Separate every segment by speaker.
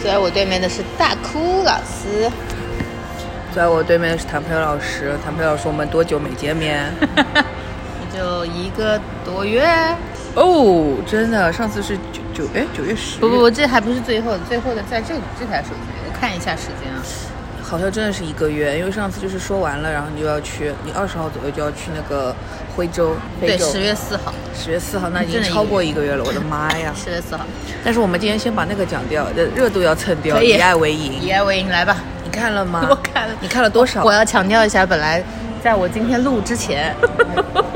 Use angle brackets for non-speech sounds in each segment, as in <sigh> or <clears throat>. Speaker 1: 坐在我对面的是大哭老师，
Speaker 2: 坐在我对面的是谭培老师。谭培老师，我们多久没见面？
Speaker 1: 也就一个多月。
Speaker 2: 哦，真的，上次是九九哎九月十，
Speaker 1: 不不不，这还不是最后的，最后的在这这才是我看一下时间啊。
Speaker 2: 好像真的是一个月，因为上次就是说完了，然后你就要去，你二十号左右就要去那个徽州，非
Speaker 1: 对，
Speaker 2: 洲
Speaker 1: 十月四号，
Speaker 2: 十月四号，那已经
Speaker 1: 真的一个
Speaker 2: 超过一个月了，我的妈呀！
Speaker 1: 十月四号，
Speaker 2: 但是我们今天先把那个讲掉，这热度要蹭掉，
Speaker 1: 可以
Speaker 2: 以爱为营。
Speaker 1: 以爱为营来吧。
Speaker 2: 你看了吗？
Speaker 1: 我看了
Speaker 2: 你看了多少？
Speaker 1: 我要强调一下，本来 <laughs> 在我今天录之前，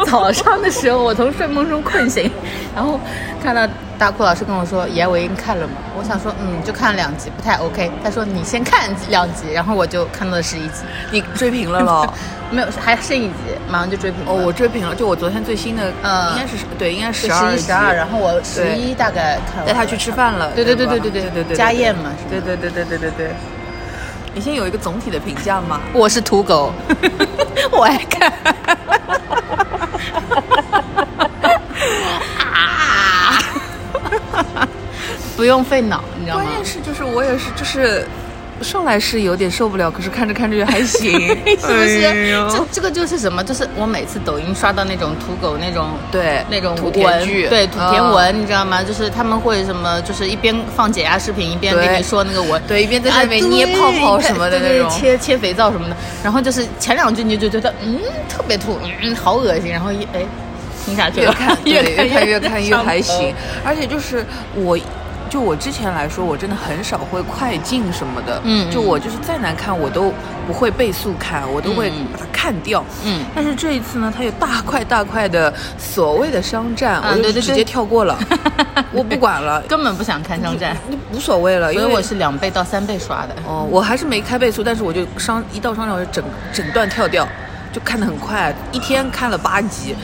Speaker 1: 早上的时候我从睡梦中困醒，然后看到大哭老师跟我说《言为营》看了吗？我想说，嗯，就看了两集，不太 OK。他说你先看两集，然后我就看到了十一集，
Speaker 2: 你追平了
Speaker 1: <laughs>
Speaker 2: 咯。
Speaker 1: 没有，还剩一集，马上就追平了。
Speaker 2: 哦，我追平了，就我昨天最新的，
Speaker 1: 嗯
Speaker 2: 应该是对，应该
Speaker 1: 十
Speaker 2: 十二
Speaker 1: 一、十二，然后我十
Speaker 2: 对
Speaker 1: 一大概看完了
Speaker 2: 带他去吃饭了。
Speaker 1: 对对对
Speaker 2: 吧
Speaker 1: 对对
Speaker 2: 对对对，
Speaker 1: 家宴嘛是
Speaker 2: 对
Speaker 1: 吧
Speaker 2: 对对对对对对。你先有一个总体的评价吗？
Speaker 1: 我是土 <laughs> 狗，我爱看。啊！ <laughs> 不用费脑，你知道
Speaker 2: 关
Speaker 1: 吗？
Speaker 2: 键是就是我也是就是，上来是有点受不了，可是看着看着也还行，
Speaker 1: <laughs> 是不是？
Speaker 2: 哎呦
Speaker 1: 这这个就是什么？就是我每次抖音刷到那种土狗那种
Speaker 2: 对
Speaker 1: 那种
Speaker 2: 土田
Speaker 1: 文
Speaker 2: 剧，
Speaker 1: 对土田
Speaker 2: 嗯
Speaker 1: 文，你知道吗？就是他们会什么，就是一边放解压视频，一边
Speaker 2: 对
Speaker 1: 给你说那个文，
Speaker 2: 嗯对一边在下面捏泡泡什么的那种
Speaker 1: 啊对对切切肥皂什么的。然后就是前两句你就觉得嗯特别土，嗯好恶心，然后一哎听下去
Speaker 2: 越 <laughs>
Speaker 1: 了，
Speaker 2: 看
Speaker 1: <laughs>
Speaker 2: 对越看越看越
Speaker 1: 上头
Speaker 2: 还行，而且就是我。就我之前来说，我真的很少会快进什么的，
Speaker 1: 嗯
Speaker 2: 就我就是再难看，我都不会倍速看，我都会
Speaker 1: 嗯
Speaker 2: 把它看掉，
Speaker 1: 嗯
Speaker 2: 但是这一次呢，它有大块大块的所谓的商战，
Speaker 1: 啊
Speaker 2: 我就
Speaker 1: 对对
Speaker 2: 直接
Speaker 1: 对 <laughs>
Speaker 2: 跳过了，我不管了，
Speaker 1: 根本不想看商战，
Speaker 2: 无所谓 <laughs> 了，因
Speaker 1: 所以
Speaker 2: 为
Speaker 1: 我是两倍到三倍刷的。
Speaker 2: 哦，我还是没开倍速，但是我就商一到商场我就整整段跳掉，就看得很快，一天看了八集，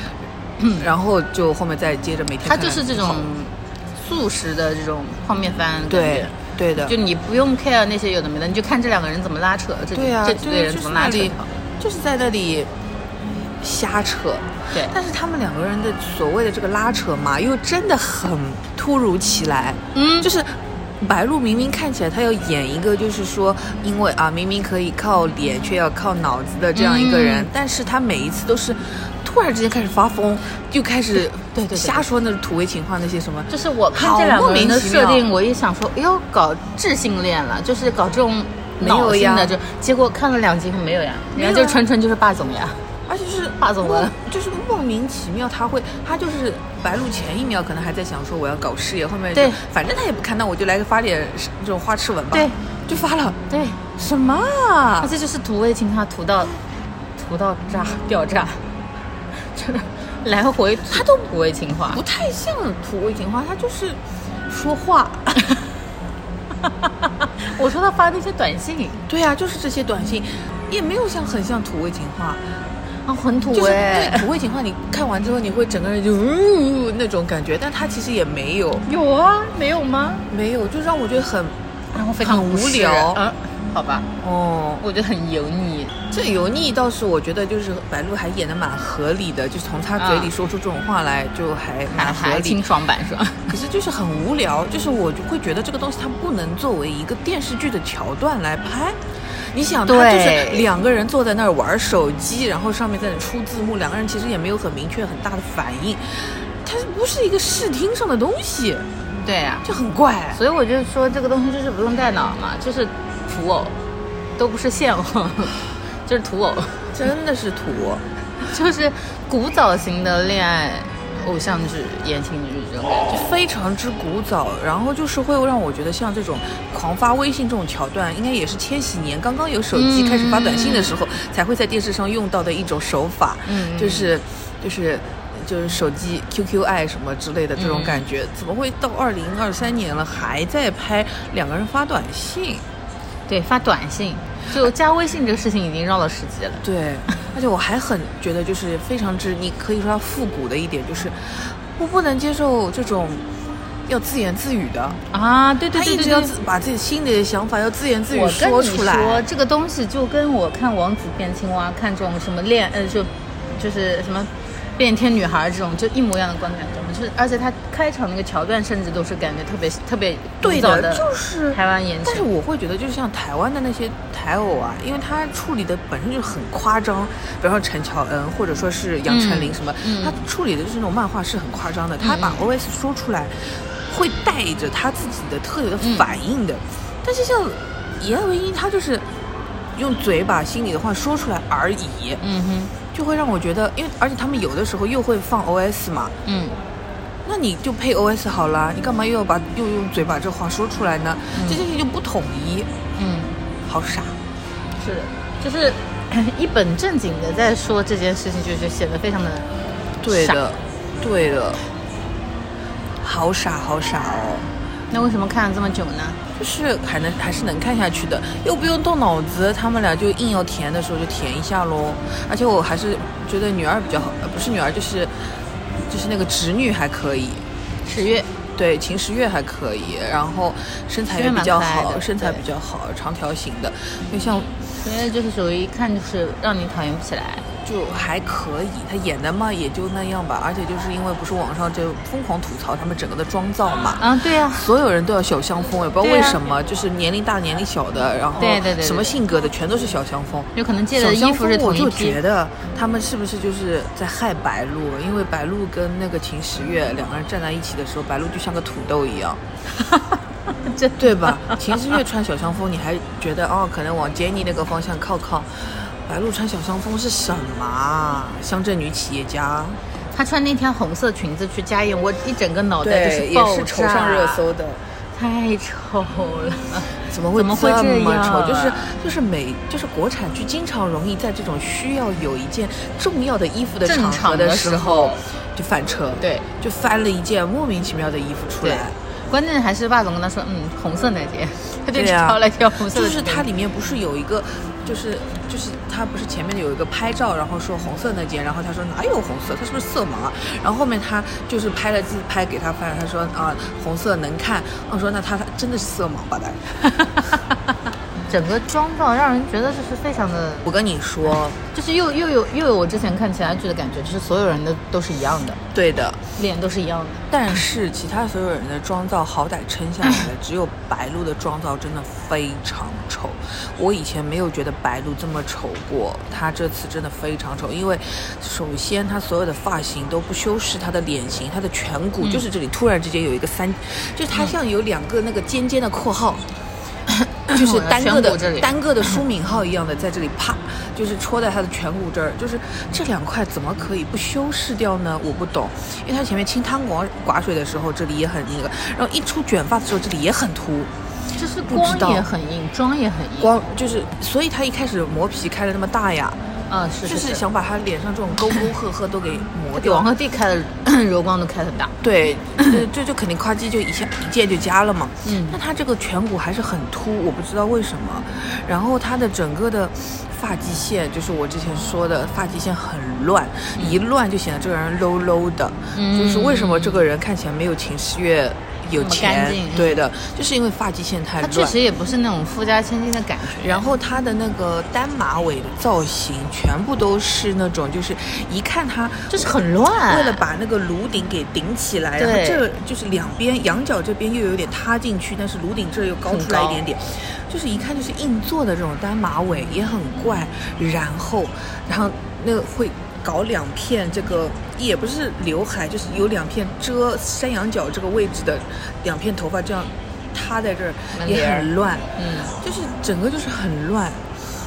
Speaker 2: 然后就后面再接着每天
Speaker 1: 它
Speaker 2: 看。
Speaker 1: 就是这种速食的这种泡面番，
Speaker 2: 对。对的，
Speaker 1: 就你不用 care 那些有的没的，你就看这两个人怎么拉扯，这
Speaker 2: 对啊，
Speaker 1: 这
Speaker 2: 对，
Speaker 1: 几对人
Speaker 2: 就
Speaker 1: 怎
Speaker 2: 是
Speaker 1: 么
Speaker 2: 那
Speaker 1: 拉扯。
Speaker 2: 里就是在那里瞎扯。
Speaker 1: 对
Speaker 2: 但是他们两个人的所谓的这个拉扯嘛，又真的很突如其来。
Speaker 1: 嗯
Speaker 2: 就是白鹿明明看起来她要演一个，就是说，因为啊，明明可以靠脸，却要靠脑子的这样一个人，
Speaker 1: 嗯
Speaker 2: 但是她每一次都是突然之间开始发疯，就开始
Speaker 1: 对对对对
Speaker 2: 瞎说那土味情话那些什么，
Speaker 1: 就是我看这两个人的设定，我一想说，哎呦，搞智性恋了，就是搞这种
Speaker 2: 没有
Speaker 1: 脑性
Speaker 2: 呀
Speaker 1: 的这，结果看了两集哎没有呀，啊
Speaker 2: 没有
Speaker 1: 人
Speaker 2: 呀
Speaker 1: 家就纯纯就是霸总呀。
Speaker 2: 而且就是
Speaker 1: 霸总文
Speaker 2: 莫就是莫名其妙，他会，他就是白鹿前一秒可能还在想说我要搞事业，后面就
Speaker 1: 对
Speaker 2: 反正他也不看，那我就来个发点这种花痴文吧，
Speaker 1: 对，
Speaker 2: 就发了，
Speaker 1: 对，
Speaker 2: 什么
Speaker 1: 他
Speaker 2: 啊？
Speaker 1: 这就是土味情话，土到土到 <laughs> 炸掉炸，就是来回他都土味情话
Speaker 2: 不，太像土味情话，他就是说话， <laughs>
Speaker 1: 我说他发那些短信
Speaker 2: 对啊，就是这些短信，也没有像很像土味情话，
Speaker 1: 啊，很土
Speaker 2: 就是
Speaker 1: 哎、
Speaker 2: 对土味情话，你看完之后你会整个人就呜、那种感觉，但他其实也没有，
Speaker 1: 有啊，没有吗？
Speaker 2: 没有，就让我觉得很
Speaker 1: 然啊后非常
Speaker 2: 很无
Speaker 1: 无
Speaker 2: 聊
Speaker 1: 聊，嗯，好吧，
Speaker 2: 哦。
Speaker 1: 我觉得很油腻，
Speaker 2: 这油腻倒是我觉得就是白鹿还演的蛮合理的，就是从她嘴里说出这种话来就还蛮
Speaker 1: 啊还
Speaker 2: 合
Speaker 1: 还
Speaker 2: 理
Speaker 1: 清。爽版是吧？
Speaker 2: 可是就是很无聊，就是我就会觉得这个东西它不能作为一个电视剧的桥段来拍。你想，他
Speaker 1: 对
Speaker 2: 就是两个人坐在那儿玩手机，然后上面在那出字幕，两个人其实也没有很明确很大的反应，它不是一个视听上的东西，
Speaker 1: 对啊呀、
Speaker 2: 就很怪。
Speaker 1: 所以我就说这个东西就是不用带脑嘛，就是土偶，都不是现偶， <laughs> 就是土偶， <laughs>
Speaker 2: 真的是土，
Speaker 1: 就是古早型的恋爱偶像剧、言情剧这种感觉。
Speaker 2: 就非常之古早，然后就是会让我觉得像这种狂发微信这种桥段，应该也是千禧年刚刚有手机
Speaker 1: 嗯
Speaker 2: 开始发短信的时候，才会在电视上用到的一种手法，
Speaker 1: 嗯嗯
Speaker 2: 就是就是就是手机 QQ 爱什么之类的这种感觉，怎么会到二零二三年了还在拍两个人发短信？
Speaker 1: 对，发短信，就加微信这个事情已经绕了十集了。
Speaker 2: 对，而且我还很觉得就是非常之，你可以说它复古的一点就是，我不能接受这种要自言自语的。
Speaker 1: 啊，对对
Speaker 2: 他
Speaker 1: 对
Speaker 2: 一
Speaker 1: 对
Speaker 2: 直
Speaker 1: 对，
Speaker 2: 要自把自己心里的想法要自言自语
Speaker 1: 我跟你
Speaker 2: 出来
Speaker 1: 说，。这个东西就跟我看《王子变青蛙》，看这种什么恋，呃，就就是什么变天女孩这种就一模一样的观感，我们就是，而且它开场那个桥段甚至都是感觉特别特别古
Speaker 2: 对
Speaker 1: 早
Speaker 2: 的，就是
Speaker 1: 台湾言
Speaker 2: 但是
Speaker 1: 情。
Speaker 2: 我会觉得，就是像台湾的那些台偶啊，因为他处理的本身就很夸张，比方说陈乔恩或者说是杨丞琳
Speaker 1: 嗯
Speaker 2: 什么，
Speaker 1: 嗯
Speaker 2: 他处理的就是那种漫画是很夸张的，他把 OS 说出来，会带着他自己的特
Speaker 1: 嗯
Speaker 2: 有的反应的。但是像严文英，他就是用嘴把心里的话说出来而已，
Speaker 1: 嗯哼，
Speaker 2: 就会让我觉得，因为而且他们有的时候又会放 OS 嘛，
Speaker 1: 嗯，
Speaker 2: 那你就配 OS 好啦，你干嘛又要把又用嘴把这话说出来呢？这件事情就不统一，
Speaker 1: 嗯，
Speaker 2: 好傻。
Speaker 1: 是的，就是 <clears throat> 一本正经的在说这件事情，就是显得非常的
Speaker 2: 对
Speaker 1: 傻
Speaker 2: 的，对的，好傻好傻哦，
Speaker 1: 那为什么看了这么久呢？
Speaker 2: 就是还能还是能看下去的，又不用动脑子，他们俩就硬要填的时候就填一下喽。而且我还是觉得女儿比较好，呃，不是女儿就是就是那个侄女还可以。
Speaker 1: 十月，
Speaker 2: 对，秦时月还可以，然后身材也比较
Speaker 1: 秦时月蛮可爱
Speaker 2: 好，
Speaker 1: 的
Speaker 2: 身材
Speaker 1: 对
Speaker 2: 比较好，长条形的，就像
Speaker 1: 十月就是属于一看就是让你讨厌不起来。
Speaker 2: 就还可以，他演的嘛也就那样吧，而且就是因为不是网上就疯狂吐槽他们整个的妆造嘛，
Speaker 1: 啊，对啊，
Speaker 2: 所有人都要小香风，也不知道
Speaker 1: 对啊
Speaker 2: 为什么，就是年龄大年龄小的，然后
Speaker 1: 对对对对
Speaker 2: 什么性格的，全都是小香风。
Speaker 1: 有可能借
Speaker 2: 小
Speaker 1: 的衣
Speaker 2: 香
Speaker 1: 服
Speaker 2: 风
Speaker 1: 是，
Speaker 2: 我
Speaker 1: 同一
Speaker 2: 就
Speaker 1: 批
Speaker 2: 觉。得他们是不是就是在害白鹿？因为白鹿跟那个秦时月两个人站在一起的时候，白鹿就像个土豆
Speaker 1: <laughs>
Speaker 2: 一样，
Speaker 1: 这
Speaker 2: 对吧？秦时月穿小香风，你还觉得哦，可能往杰尼那个方向靠靠。白鹿穿小香风是什么啊？乡镇女企业家，
Speaker 1: 她穿那条红色裙子去家宴，我一整个脑袋哦就是
Speaker 2: 也
Speaker 1: 爆
Speaker 2: 是愁上热搜，的。
Speaker 1: 太丑了。
Speaker 2: 怎么会
Speaker 1: 怎么会
Speaker 2: 这
Speaker 1: 这样
Speaker 2: 丑？
Speaker 1: 啊
Speaker 2: 就是就是美，就是国产剧经常容易在这种需要有一件重要的衣服的
Speaker 1: 正
Speaker 2: 场合
Speaker 1: 常的
Speaker 2: 时
Speaker 1: 时
Speaker 2: 候
Speaker 1: 候
Speaker 2: 就翻车，
Speaker 1: 对，
Speaker 2: 就翻了一件莫名其妙的衣服出
Speaker 1: 对
Speaker 2: 来。，
Speaker 1: 关键还是霸总跟他说，嗯，红色那件，他就
Speaker 2: 对啊
Speaker 1: 挑了一条红色
Speaker 2: 就
Speaker 1: 的裙
Speaker 2: 是
Speaker 1: 子。
Speaker 2: 它里面不是有一个，就是就是它不是前面有一个拍照，然后说红色那件，然后他说哪有红色，他是不是色盲啊？然后后面他就是拍了自拍给他发，他说啊红色能看，我说那他他真的是色盲吧？他，
Speaker 1: 整个妆造让人觉得就是非常的，
Speaker 2: 我跟你说，
Speaker 1: 就是又又有又有我之前看其他剧的感觉，就是所有人的都是一样的，
Speaker 2: 对的。
Speaker 1: 脸都是一样的。
Speaker 2: 但是其他所有人的妆造好歹撑下来了，只有白鹿的妆造真的非常丑。我以前没有觉得白鹿这么丑过，她这次真的非常丑。因为首先她所有的发型都不修饰她的脸型，她的颧骨、就是这里突然之间有一个三，就是她像有两个那个尖尖的括号。 <laughs> 就是单个
Speaker 1: 我的颧骨这
Speaker 2: 的
Speaker 1: 里
Speaker 2: 单个的书名号一样的在这里啪，就是戳在他的颧骨这儿，就是这两块怎么可以不修饰掉呢？我不懂，因为他前面清汤寡寡水的时候这里也很那个，然后一出卷发的时候这里也很凸，
Speaker 1: 就是
Speaker 2: 不知
Speaker 1: 光
Speaker 2: 道
Speaker 1: 也很硬，妆也很硬。
Speaker 2: 光就是所以他一开始磨皮开的那么大呀，
Speaker 1: 啊，是
Speaker 2: 就是
Speaker 1: 是
Speaker 2: 想把他脸上这种沟沟壑壑都给磨
Speaker 1: 给
Speaker 2: 掉
Speaker 1: 王。鹤棣开的 <clears throat> 柔光都开很大，
Speaker 2: 对，呃就就肯定夸叽就一下一剑就加了嘛。
Speaker 1: 嗯
Speaker 2: 那他这个颧骨还是很凸，我不知道为什么。然后他的整个的发际线，就是我之前说的发际线很乱，
Speaker 1: 嗯
Speaker 2: 一乱就显得这个人 low low 的。就是为什么这个人看起来没有秦时月有
Speaker 1: 那么
Speaker 2: 钱
Speaker 1: 干净？嗯
Speaker 2: 对的，就是因为发际线
Speaker 1: 他
Speaker 2: 太乱。
Speaker 1: 确实也不是那种富家千金的感觉。
Speaker 2: 然后他的那个单马尾的造型，全部都是那种，就是一看他
Speaker 1: 就是很乱
Speaker 2: 为了把那个颅顶给顶起来，然
Speaker 1: 对
Speaker 2: 后这就是两边羊角这边又有点塌进去，但是颅顶这又高出来一点点，就是一看就是硬做的这种单马尾也很怪。然后，然后那个会搞两片这个也不是刘海，就是有两片遮山羊角这个位置的两片头发这样塌在这儿
Speaker 1: 门
Speaker 2: 也
Speaker 1: 帘儿
Speaker 2: 很乱。
Speaker 1: 嗯，
Speaker 2: 就是整个就是很乱。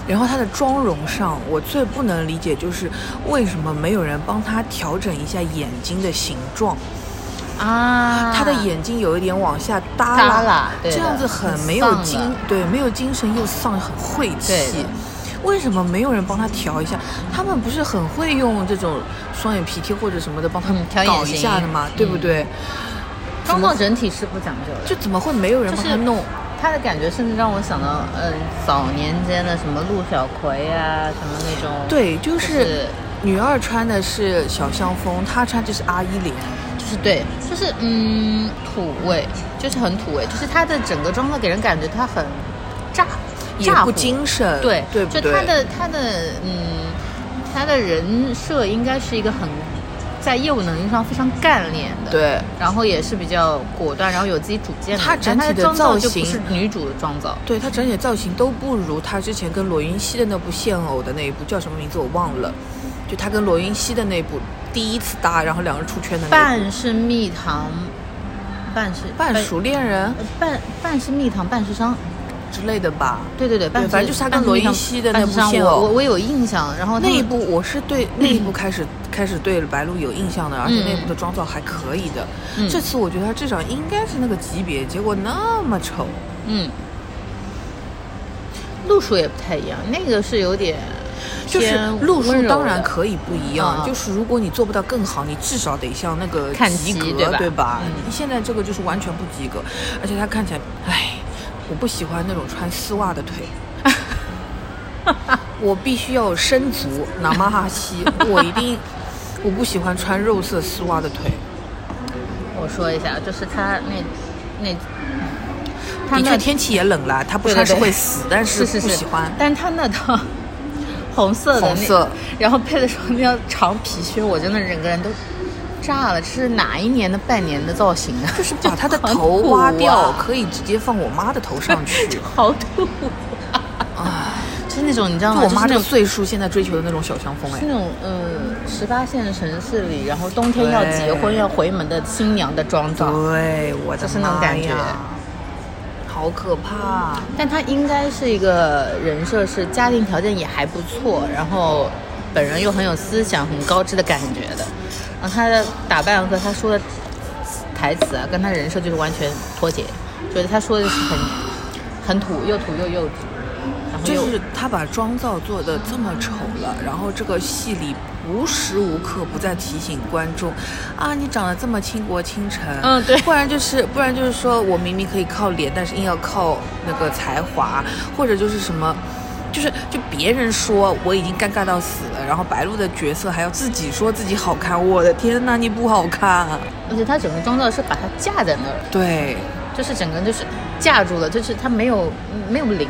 Speaker 2: 然后她的妆容上，我最不能理解就是为什么没有人帮她调整一下眼睛的形状。
Speaker 1: 啊，
Speaker 2: 她的眼睛有一点往下耷
Speaker 1: 耷拉对
Speaker 2: 这
Speaker 1: 的
Speaker 2: 样子很没有
Speaker 1: 很
Speaker 2: 精
Speaker 1: 丧了，
Speaker 2: 对，没有精神又丧，很晦
Speaker 1: 对
Speaker 2: 气
Speaker 1: 的。
Speaker 2: 为什么没有人帮她调一下？他们不是很会用这种双眼皮贴或者什么的帮她
Speaker 1: 嗯调眼
Speaker 2: 搞一下的吗？
Speaker 1: 型
Speaker 2: 对不
Speaker 1: 嗯
Speaker 2: 对？
Speaker 1: 妆造整体是不讲究的，
Speaker 2: 就怎么会没有人帮她弄？
Speaker 1: 他的感觉甚至让我想到，嗯，早年间的什么陆小葵啊，什么那种，，
Speaker 2: 对，就
Speaker 1: 就是
Speaker 2: 是女二穿的是小香风，她穿就是阿依莲。
Speaker 1: 就是对，就是嗯，土味，就是很土味，就是他的整个妆造给人感觉他很炸，
Speaker 2: 也
Speaker 1: 炸
Speaker 2: 不
Speaker 1: 乎
Speaker 2: 精神，
Speaker 1: 对，
Speaker 2: 对不对？
Speaker 1: 就他的他的嗯，他的人设应该是一个很在业务能力上非常干练的，，
Speaker 2: 对。
Speaker 1: 然后也是比较果断，然后有自己主见的。
Speaker 2: 她整体的
Speaker 1: 但她妆造就
Speaker 2: 造型
Speaker 1: 不是女主的妆造，
Speaker 2: 对她整体造型都不如她之前跟罗云熙的那部《现偶》的那一部叫什么名字我忘了，就她跟罗云熙的那部第一次搭，然后两人出圈的那部《
Speaker 1: 半是蜜糖，半是
Speaker 2: 半熟恋人
Speaker 1: 呃半半是蜜糖，半是伤。》
Speaker 2: 之类的吧。
Speaker 1: 对对对，半
Speaker 2: 反正就是她跟罗云熙的那部
Speaker 1: 戏，
Speaker 2: 现
Speaker 1: 我
Speaker 2: 偶
Speaker 1: 我我有印象。然后他
Speaker 2: 那
Speaker 1: 们
Speaker 2: 一部我是对那一部开始开始对白鹿有印象的，而且
Speaker 1: 嗯
Speaker 2: 那一部的妆造还可以的。
Speaker 1: 嗯
Speaker 2: 这次我觉得她至少应该是那个级别，结果那么丑。
Speaker 1: 嗯，路数也不太一样，那个是有点
Speaker 2: 就是
Speaker 1: 偏
Speaker 2: 路数
Speaker 1: 温柔
Speaker 2: 当然
Speaker 1: 的
Speaker 2: 可以不一样，
Speaker 1: 嗯
Speaker 2: 就是如果你做不到更好，你至少得像那个
Speaker 1: 看
Speaker 2: 及
Speaker 1: 齐
Speaker 2: 格，
Speaker 1: 对吧
Speaker 2: 对吧？
Speaker 1: 嗯
Speaker 2: 你现在这个就是完全不及格，而且他看起来，唉，我不喜欢那种穿丝袜的
Speaker 1: <laughs>
Speaker 2: 腿。我必须要有深足，哪怕哈
Speaker 1: <laughs>
Speaker 2: 西，我一定，我不喜欢穿肉色丝袜的腿。
Speaker 1: 我说一下，就是他那那，他
Speaker 2: 的
Speaker 1: 那
Speaker 2: 确，天气也冷了，他不
Speaker 1: 对对
Speaker 2: 穿是
Speaker 1: 对
Speaker 2: 会死，但
Speaker 1: 是是
Speaker 2: 不喜
Speaker 1: 是
Speaker 2: 欢，。
Speaker 1: 但他那套红色的那，
Speaker 2: 红色
Speaker 1: 然后配的时候那条长皮靴，我真的整个人都炸了，这是哪一年的半年的造型啊？
Speaker 2: 就是把他的
Speaker 1: <laughs> 很
Speaker 2: 头
Speaker 1: 土
Speaker 2: 挖掉，
Speaker 1: 啊
Speaker 2: 可以直接放我妈的头上去。
Speaker 1: 好土
Speaker 2: 唉。
Speaker 1: <laughs> 就是那种你知道
Speaker 2: 啊就
Speaker 1: 吗？
Speaker 2: 我妈这
Speaker 1: 就
Speaker 2: 个
Speaker 1: 是
Speaker 2: 岁数，现在追求的那种小香风
Speaker 1: 那种
Speaker 2: 哎
Speaker 1: 是，那种呃，十八线城市里，然后冬天要结婚
Speaker 2: 对
Speaker 1: 要回门的新娘的妆造。
Speaker 2: 对，我的
Speaker 1: 就是那种感觉
Speaker 2: 妈呀，好可怕！
Speaker 1: 但他应该是一个人设是家庭条件也还不错，然后本人又很有思想、很高知的感觉的。然后他的打扮和他说的台词啊，跟他人设就是完全脱节，觉得他说的是很很土，又土又幼稚，然后
Speaker 2: 就
Speaker 1: 又
Speaker 2: 是她把妆造做的这么丑了，然后这个戏里无时无刻不在提醒观众啊，你长得这么倾国倾城，
Speaker 1: 嗯对
Speaker 2: 不然就是不然就是说我明明可以靠脸，但是硬要靠那个才华，或者就是什么。就是就别人说我已经尴尬到死了，然后白鹿的角色还要自己说自己好看，我的天呐，你不好看。啊
Speaker 1: 而且他整个妆造是把他架在那儿，
Speaker 2: 对，
Speaker 1: 就是整个就是架住了，就是他没有没有灵，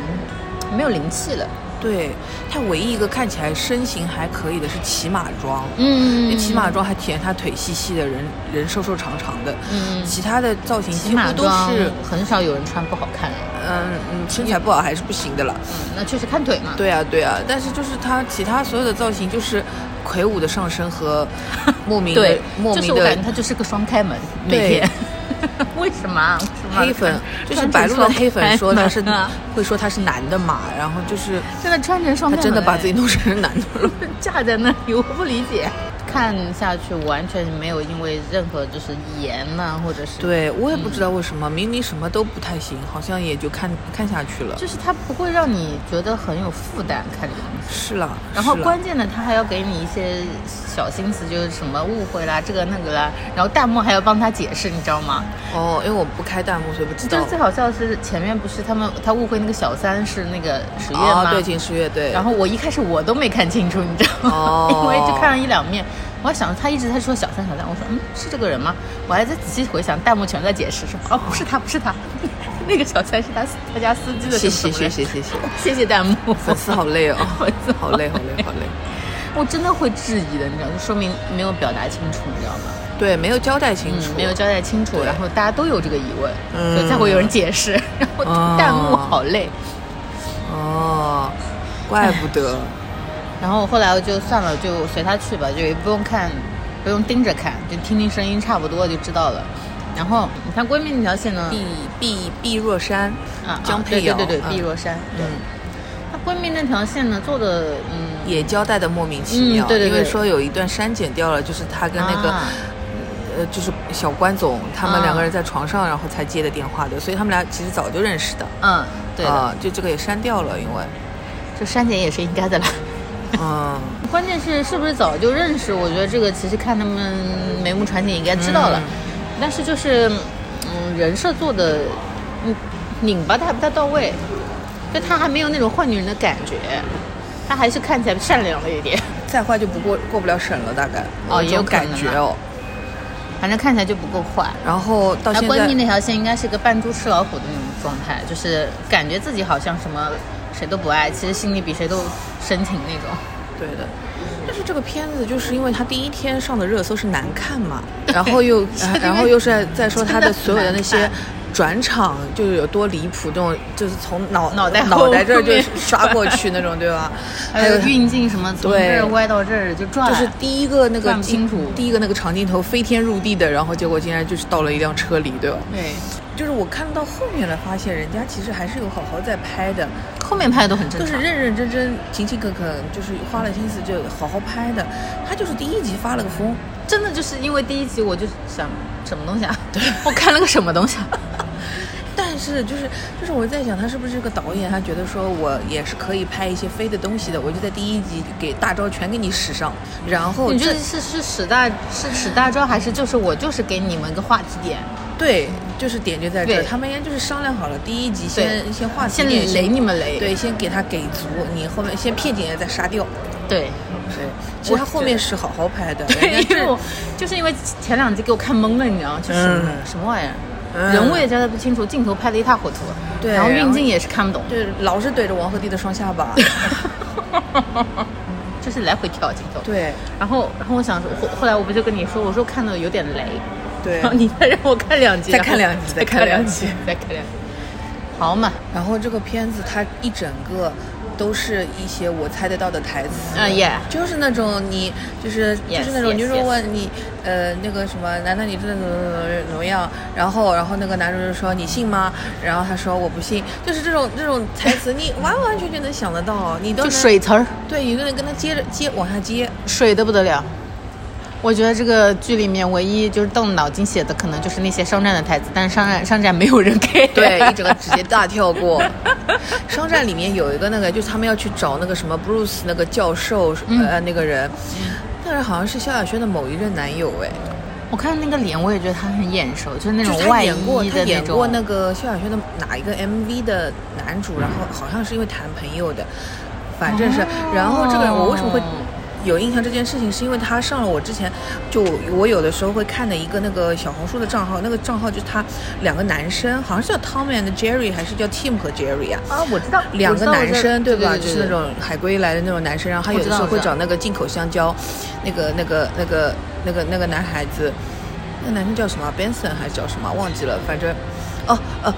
Speaker 1: 没有灵气了。
Speaker 2: 对，他唯一一个看起来身形还可以的是骑马装，因
Speaker 1: 嗯
Speaker 2: 为骑马装还体现他腿细细的人，人瘦瘦长长的。
Speaker 1: 嗯
Speaker 2: 其他的造型
Speaker 1: 骑
Speaker 2: 几
Speaker 1: 马
Speaker 2: 乎都
Speaker 1: 装
Speaker 2: 是，
Speaker 1: 很少有人穿不好看的，
Speaker 2: 嗯嗯，身材不好还是不行的了。
Speaker 1: 嗯，那确实看腿嘛。
Speaker 2: 对啊对啊，但是就是他其他所有的造型就是魁梧的上
Speaker 1: <laughs>
Speaker 2: 身和莫名的
Speaker 1: 对，
Speaker 2: 莫
Speaker 1: 就是
Speaker 2: 名
Speaker 1: 我感觉
Speaker 2: 的
Speaker 1: 他就是个双开门，
Speaker 2: 对
Speaker 1: 每天。 <laughs> 为什么啊？为什么
Speaker 2: 黑粉，就是白鹿的
Speaker 1: 啊
Speaker 2: 黑粉说他是会说他是男的马，然后就是
Speaker 1: <laughs> 真的穿成双
Speaker 2: 他
Speaker 1: 开门，
Speaker 2: 真的把
Speaker 1: <laughs>
Speaker 2: 自己弄成男的了。
Speaker 1: 架在那里，我不理解。 <laughs> 看下去完全没有因为任何就是盐呐、或者是，
Speaker 2: 对我也不知道
Speaker 1: 嗯
Speaker 2: 为什么，明明什么都不太行，好像也就看看下去了。
Speaker 1: 就是它不会让你觉得很有负担看这个东西。
Speaker 2: 是啦，
Speaker 1: 然后
Speaker 2: 是啦啊
Speaker 1: 关键的，它还要给你一些小心思，就是什么误会啦，这个那个啦，然后弹幕还要帮他解释，你知道吗？
Speaker 2: 哦，因为我不开弹幕，所以不知
Speaker 1: 就
Speaker 2: 道
Speaker 1: 是。最好笑的是前面不是他们他误会那个小三是那个十月
Speaker 2: 哦
Speaker 1: 吗？，
Speaker 2: 对，秦时乐队。
Speaker 1: 然后我一开始我都没看清楚，你知道吗？
Speaker 2: 哦
Speaker 1: <laughs> 因为就看了一两面，我还想他一直在说小三小三，我说嗯是这个人吗？我还在仔细回想，弹幕全在解释说哦不是他不是他， <laughs> 那个小三是他他家司机的
Speaker 2: 谢
Speaker 1: 什
Speaker 2: 谢
Speaker 1: 么什么人
Speaker 2: 谢谢谢谢，
Speaker 1: <laughs> 谢谢
Speaker 2: <laughs>
Speaker 1: 弹幕，
Speaker 2: 粉丝好累哦，
Speaker 1: <laughs> 粉丝
Speaker 2: 好累好累好累。
Speaker 1: 我真的会质疑的，你知道，就说明没有表达清楚，你知道吗？
Speaker 2: 对，没有交代清楚，
Speaker 1: 嗯没有交代清楚，
Speaker 2: 对
Speaker 1: 然后大家都有这个疑问，
Speaker 2: 嗯
Speaker 1: 所以才会有人解释， <laughs> 然后
Speaker 2: 哦
Speaker 1: 弹幕好累。
Speaker 2: 哦，怪不
Speaker 1: <laughs>
Speaker 2: 得。
Speaker 1: 然后后来我就算了，就随他去吧，就也不用看，不用盯着看，就听听声音差不多就知道了。然后你看闺蜜那条线呢，
Speaker 2: 碧碧碧若珊
Speaker 1: 嗯啊，
Speaker 2: 江佩
Speaker 1: 啊
Speaker 2: 瑶，
Speaker 1: 对对对
Speaker 2: 嗯
Speaker 1: 对，碧若珊，对。
Speaker 2: 嗯，
Speaker 1: 她闺蜜那条线呢做的，嗯，
Speaker 2: 也交代的莫名其妙，
Speaker 1: 嗯对对
Speaker 2: 因为
Speaker 1: 对
Speaker 2: 说有一段删减掉了，就是他跟那个
Speaker 1: 啊。
Speaker 2: 呃，就是小关总他们
Speaker 1: 啊
Speaker 2: 两个人在床上，然后才接的电话的，所以他们俩其实早就认识的。
Speaker 1: 嗯，对的，
Speaker 2: 啊，就这个也删掉了，因
Speaker 1: <laughs>
Speaker 2: 为，
Speaker 1: 这删减也是应该的吧。
Speaker 2: 嗯，
Speaker 1: 关键是是不是早就认识？我觉得这个其实看他们眉目传情也应该知道了，
Speaker 2: 嗯
Speaker 1: 但是就是，嗯，人设做的，嗯，拧巴的还不太到位，就他还没有那种坏女人的感觉，他还是看起来善良了一点， <laughs>
Speaker 2: 再坏就不过过不了审了，大概
Speaker 1: 哦
Speaker 2: 有这
Speaker 1: 也有
Speaker 2: 种
Speaker 1: 可
Speaker 2: 感
Speaker 1: 能
Speaker 2: 觉
Speaker 1: 啊
Speaker 2: 哦。
Speaker 1: 反正看起来就不够坏。
Speaker 2: 然后到
Speaker 1: 那
Speaker 2: 现
Speaker 1: 闺蜜
Speaker 2: 在，
Speaker 1: 那条线应该是个扮猪吃老虎的那种状态，就是感觉自己好像什么谁都不爱，其实心里比谁都深情那种。
Speaker 2: 对的，但是这个片子就是因为它第一天上的热搜是难看嘛，然后
Speaker 1: <laughs>
Speaker 2: 又然后又是在说它的所有的那
Speaker 1: 真的
Speaker 2: 些
Speaker 1: 很难
Speaker 2: 转场就是有多离谱，这种就是从脑
Speaker 1: 脑袋
Speaker 2: 脑袋这儿
Speaker 1: 后
Speaker 2: 就
Speaker 1: 面
Speaker 2: 刷过去那种，对吧？
Speaker 1: <laughs> 还有运镜什么，从这
Speaker 2: 对
Speaker 1: 儿歪到这儿就转，
Speaker 2: 就是第一个那个
Speaker 1: 看哎不清楚
Speaker 2: 第一个那个长镜头飞天入地的，然后结果竟然就是到了一辆车里，对吧？
Speaker 1: 对，
Speaker 2: 就是我看到后面了，发现人家其实还是有好好在拍的，
Speaker 1: 后面拍的都很正
Speaker 2: 都
Speaker 1: 常。
Speaker 2: 是认认真真、勤勤恳恳，就是花了心思就好好拍的。他就是第一集发了个疯，
Speaker 1: 真的就是因为第一集我就想什么东西啊， <laughs> 我看了个什么东西啊，
Speaker 2: <laughs> 但是就是就是我在想，他是不是个导演？他觉得说我也是可以拍一些飞的东西的，我就在第一集给大招全给你使上，然后
Speaker 1: 你觉
Speaker 2: 这
Speaker 1: 得是是使大是使大招，还是就是我就是给你们一个话题点，
Speaker 2: 对就是点就在这儿，
Speaker 1: 对
Speaker 2: 他们应该就是商量好了，第一集
Speaker 1: 对
Speaker 2: 先先画几
Speaker 1: 先
Speaker 2: 点
Speaker 1: 雷你们雷，
Speaker 2: 对，先给他给足，你后面先骗进来再杀掉。
Speaker 1: 对
Speaker 2: 对，其
Speaker 1: 我
Speaker 2: 实他后面是好好拍的，
Speaker 1: 对，
Speaker 2: 人
Speaker 1: 因
Speaker 2: 家
Speaker 1: 为
Speaker 2: 是
Speaker 1: 我就是因为前两集给我看懵了，你知道吗？就是什么、
Speaker 2: 嗯
Speaker 1: 什么玩意儿，
Speaker 2: 嗯
Speaker 1: 人物也交代不清楚，镜头拍的一塌糊涂，
Speaker 2: 对
Speaker 1: 然后
Speaker 2: 然
Speaker 1: 运
Speaker 2: 后
Speaker 1: 镜也是看不懂，
Speaker 2: 对老是怼着王鹤棣的双下
Speaker 1: <laughs>
Speaker 2: 巴。
Speaker 1: 就是来回跳镜头。
Speaker 2: 对
Speaker 1: 然后，然后我想说，后后来我不就跟你说，我说看的有点雷，
Speaker 2: 对
Speaker 1: 然后你再让我看两集，
Speaker 2: 再
Speaker 1: 然后
Speaker 2: 看两集
Speaker 1: 再
Speaker 2: 再
Speaker 1: 看
Speaker 2: 看
Speaker 1: 两
Speaker 2: 两
Speaker 1: 集
Speaker 2: 集，
Speaker 1: 再看两集，好嘛，
Speaker 2: 然后这个片子它一整个都是一些我猜得到的台词。
Speaker 1: 嗯耶，
Speaker 2: 就是那种你，就是就
Speaker 1: Yes,
Speaker 2: 是那种
Speaker 1: yes,
Speaker 2: 女主
Speaker 1: yes.
Speaker 2: 问你，呃，那个什么，男的你真的怎么怎么怎么样？然后，然后那个男主就说你信吗？然后他说我不信，就是这种这种台词，你完完全全能想得到，你都
Speaker 1: 就
Speaker 2: 能
Speaker 1: 水词儿，
Speaker 2: 对，你都能跟他接着接往下接。
Speaker 1: 水的不得了。我觉得这个剧里面唯一就是动脑筋写的，可能就是那些商战的台词，但是商战商战没有人给。
Speaker 2: 对，一整个直接大跳过。商战里面有一个那个，就是他们要去找那个什么 Bruce 那个教授，呃，那个人，那人好像是萧亚轩的某一任男友，哎，
Speaker 1: 我看那个脸，我也觉得他很眼熟，就是那
Speaker 2: 就
Speaker 1: 种
Speaker 2: 是他
Speaker 1: 外
Speaker 2: 演过，
Speaker 1: 衣
Speaker 2: 他
Speaker 1: 的
Speaker 2: 演
Speaker 1: 种。
Speaker 2: 过那个萧亚轩的哪一个 MV 的男主，然后好像是因为谈朋友的，反正是，然后这个人我为什么会
Speaker 1: 哦？
Speaker 2: 有印象这件事情，是因为他上了我之前就我有的时候会看的一个那个小红书的账号，那个账号就是他两个男生，好像是叫 Tom and Jerry 还是叫 Tim 和 Jerry 啊？
Speaker 1: 啊，我知道
Speaker 2: <laughs> 两个男生
Speaker 1: 对
Speaker 2: 吧？
Speaker 1: 对
Speaker 2: 就是那种海归来的那种男生，然后他有的时候
Speaker 1: 我知道
Speaker 2: 会找那个进口香蕉，那个那个那个那个那个男孩子，那个男生叫什么？Benson 还是叫什么？忘记了，反正，哦呃，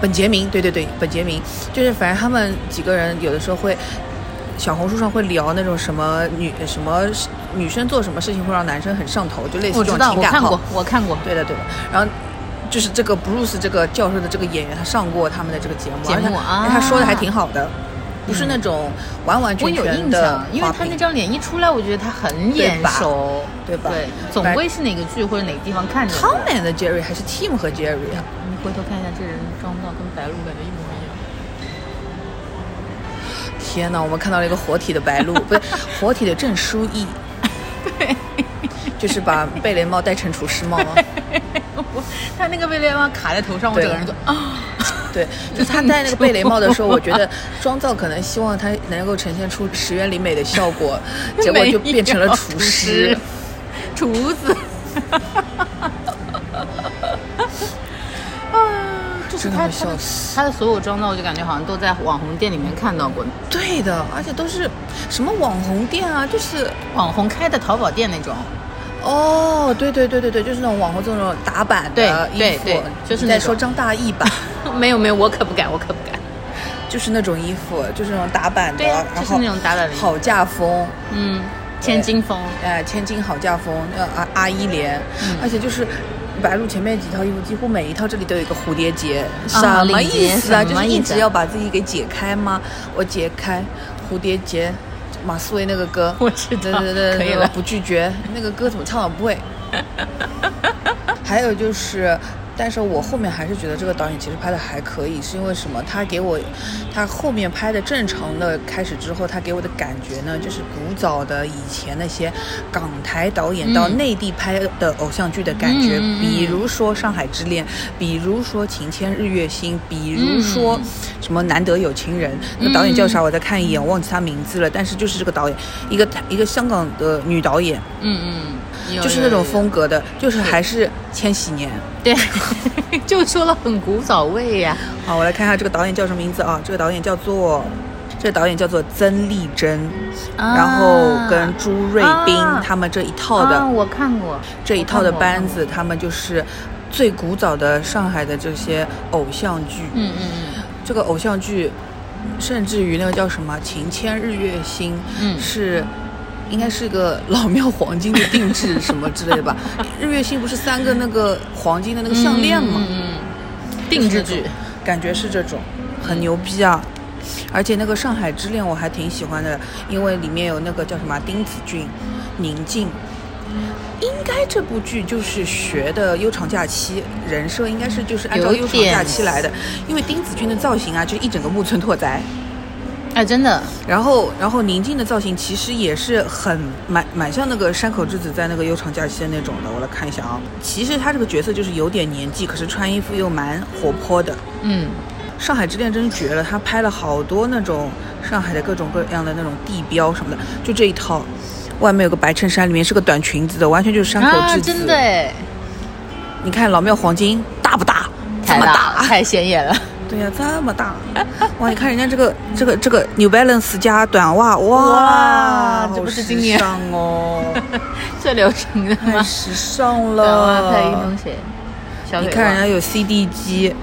Speaker 2: 本杰明，对对对，本杰明，就是反正他们几个人有的时候会。小红书上会聊那种什么女什么女生做什么事情会让男生很上头，就类似
Speaker 1: 我
Speaker 2: 这
Speaker 1: 知
Speaker 2: 种
Speaker 1: 道，
Speaker 2: 情
Speaker 1: 我
Speaker 2: 感
Speaker 1: 看
Speaker 2: 号
Speaker 1: 过。，我看过。
Speaker 2: 对的，对的。然后就是这个 Bruce 这个教授的这个演员，他上过他们的这个节目，
Speaker 1: 节目
Speaker 2: 而且他
Speaker 1: 啊
Speaker 2: 而且他说的还挺好的，不是那种完完
Speaker 1: 我
Speaker 2: 全
Speaker 1: 嗯有
Speaker 2: 全
Speaker 1: 印
Speaker 2: 的
Speaker 1: 象，因为他那张脸一出来，我觉得他很眼熟，
Speaker 2: 对吧
Speaker 1: 对
Speaker 2: 对吧，
Speaker 1: 总归是哪个剧或者哪个地方看见过。
Speaker 2: Tom and Jerry 还是 Tim 和 Jerry 啊？
Speaker 1: 你回头看一下，这人妆造跟白鹿感觉一模一样。
Speaker 2: 天哪，我们看到了一个活体
Speaker 1: <laughs>
Speaker 2: 的白鹿，不是活体的郑书意。对，就是把贝雷帽戴成厨师帽吗？
Speaker 1: 我他那个贝雷帽卡在头上，我
Speaker 2: 对
Speaker 1: 整个人就啊，
Speaker 2: 对，就是他戴那个贝雷帽的时候，我觉得妆造可能希望他能够呈现出石原里美的效果，
Speaker 1: <laughs>
Speaker 2: 结果就变成了厨师。
Speaker 1: 厨 <laughs> 子。啊，就是
Speaker 2: 真
Speaker 1: <laughs>
Speaker 2: 的
Speaker 1: 他
Speaker 2: 会
Speaker 1: 他
Speaker 2: 笑
Speaker 1: 的
Speaker 2: 死
Speaker 1: 他的所有妆造，我就感觉好像都在网红店里面看到过，
Speaker 2: 对的，而且都是什么网红店啊，就是
Speaker 1: 网红开的淘宝店那种。
Speaker 2: 哦，对对对对对，就是那种网红这种打版的衣服，
Speaker 1: 对对对就是
Speaker 2: 你
Speaker 1: 那
Speaker 2: 在
Speaker 1: 种
Speaker 2: 说张大奕吧，
Speaker 1: <laughs>
Speaker 2: <laughs>
Speaker 1: 没有没有，我可不敢，我可不敢。
Speaker 2: 就是那种衣服，就是那种打版的，
Speaker 1: 对啊
Speaker 2: 然
Speaker 1: 就是
Speaker 2: 后
Speaker 1: 那种打版的衣服
Speaker 2: 好嫁风，
Speaker 1: 嗯，千金风。
Speaker 2: 哎，千金好嫁风，呃阿阿依莲，
Speaker 1: 嗯
Speaker 2: 而且就是。白鹿前面几套衣服，几乎每一套这里都有一个蝴蝶结，
Speaker 1: 啊
Speaker 2: 什么
Speaker 1: 领
Speaker 2: 意
Speaker 1: 结
Speaker 2: 思啊？
Speaker 1: 什
Speaker 2: 就
Speaker 1: 么
Speaker 2: 是
Speaker 1: 意
Speaker 2: 一
Speaker 1: 思
Speaker 2: 直
Speaker 1: 啊
Speaker 2: 要把自己给解开吗？我解开蝴蝶结，马思唯那个
Speaker 1: <laughs>
Speaker 2: 歌，
Speaker 1: 我知
Speaker 2: 对
Speaker 1: 道
Speaker 2: 对对，
Speaker 1: 可以
Speaker 2: 那个
Speaker 1: 了
Speaker 2: 不拒绝。那个歌怎么唱我不会。还有就是，但是我后面还是觉得这个导演其实拍的还可以，是因为什么？他给我，他后面拍的正常的开始之后，他给我的感觉呢，就是古早的以前那些港台导演到
Speaker 1: 嗯
Speaker 2: 内地拍的偶像剧的感觉，
Speaker 1: 嗯嗯嗯
Speaker 2: 比如说《上海之恋》，比如说《情牵日月星》，比如说
Speaker 1: 嗯
Speaker 2: 什么《难得有情人》，那导演叫啥？我再看一眼，忘记他名字了。但是就是这个导演，一个一个香港的女导演，
Speaker 1: 嗯嗯，有
Speaker 2: 就是那种，风格的，就是还是千禧年。
Speaker 1: <laughs> 有有对，就说了很古早味呀、
Speaker 2: 好，我来看一下这个导演叫什么名字啊？这个导演叫做这导演叫做曾丽珍，
Speaker 1: 啊
Speaker 2: 然后跟朱瑞斌、
Speaker 1: 啊
Speaker 2: 他们这一套的、
Speaker 1: 啊我看过
Speaker 2: 这一套的班，
Speaker 1: 我看过
Speaker 2: 子，他们就是最古早的上海的这些偶像剧。
Speaker 1: 嗯嗯
Speaker 2: 这个偶像剧，甚至于那个叫什么《情牵日月星》，
Speaker 1: 嗯
Speaker 2: 是应该是个老庙黄金的定制什么之类的吧？ <laughs> 日月星不是三个那个黄金的那个
Speaker 1: 嗯，
Speaker 2: 项链吗？
Speaker 1: 嗯嗯嗯定制剧，
Speaker 2: 感觉是这种，很牛逼啊！而且那个《上海之恋》我还挺喜欢的，因为里面有那个叫什么丁子俊、宁静。应该这部剧就是学的《悠长假期》，人设应该是就是按照《
Speaker 1: 有
Speaker 2: 悠长
Speaker 1: 点
Speaker 2: 假期》来的，因为丁子俊的造型啊，就一整个木村拓哉。
Speaker 1: 哎，真的，
Speaker 2: 然后，然后宁静的造型其实也是很蛮蛮像那个山口智子在那个《悠长假期》的那种的。我来看一下啊，其实她这个角色就是有点年纪，可是穿衣服又蛮活泼的。
Speaker 1: 嗯，
Speaker 2: 《上海之恋》真绝了，他拍了好多那种上海的各种各样的那种地标什么的，就这一套，外面有个白衬衫，里面是个短裙子的，完全就是山口
Speaker 1: 啊，
Speaker 2: 智子。
Speaker 1: 真的哎，
Speaker 2: 你看老庙黄金大不大？这
Speaker 1: 太
Speaker 2: 么
Speaker 1: 大了，
Speaker 2: 大，
Speaker 1: 太显
Speaker 2: <laughs>
Speaker 1: 眼了，
Speaker 2: 对呀、这么大！哇，你看人家这个这个这个 New Balance 加短袜，哇，
Speaker 1: 哇这不是今年
Speaker 2: 好时尚哦，
Speaker 1: 最流行的
Speaker 2: 太
Speaker 1: 吗？
Speaker 2: 时尚
Speaker 1: 短袜啊配运
Speaker 2: 了
Speaker 1: 动。鞋，小
Speaker 2: 你
Speaker 1: 腿
Speaker 2: 看人
Speaker 1: 袜
Speaker 2: 家，有 CD 机，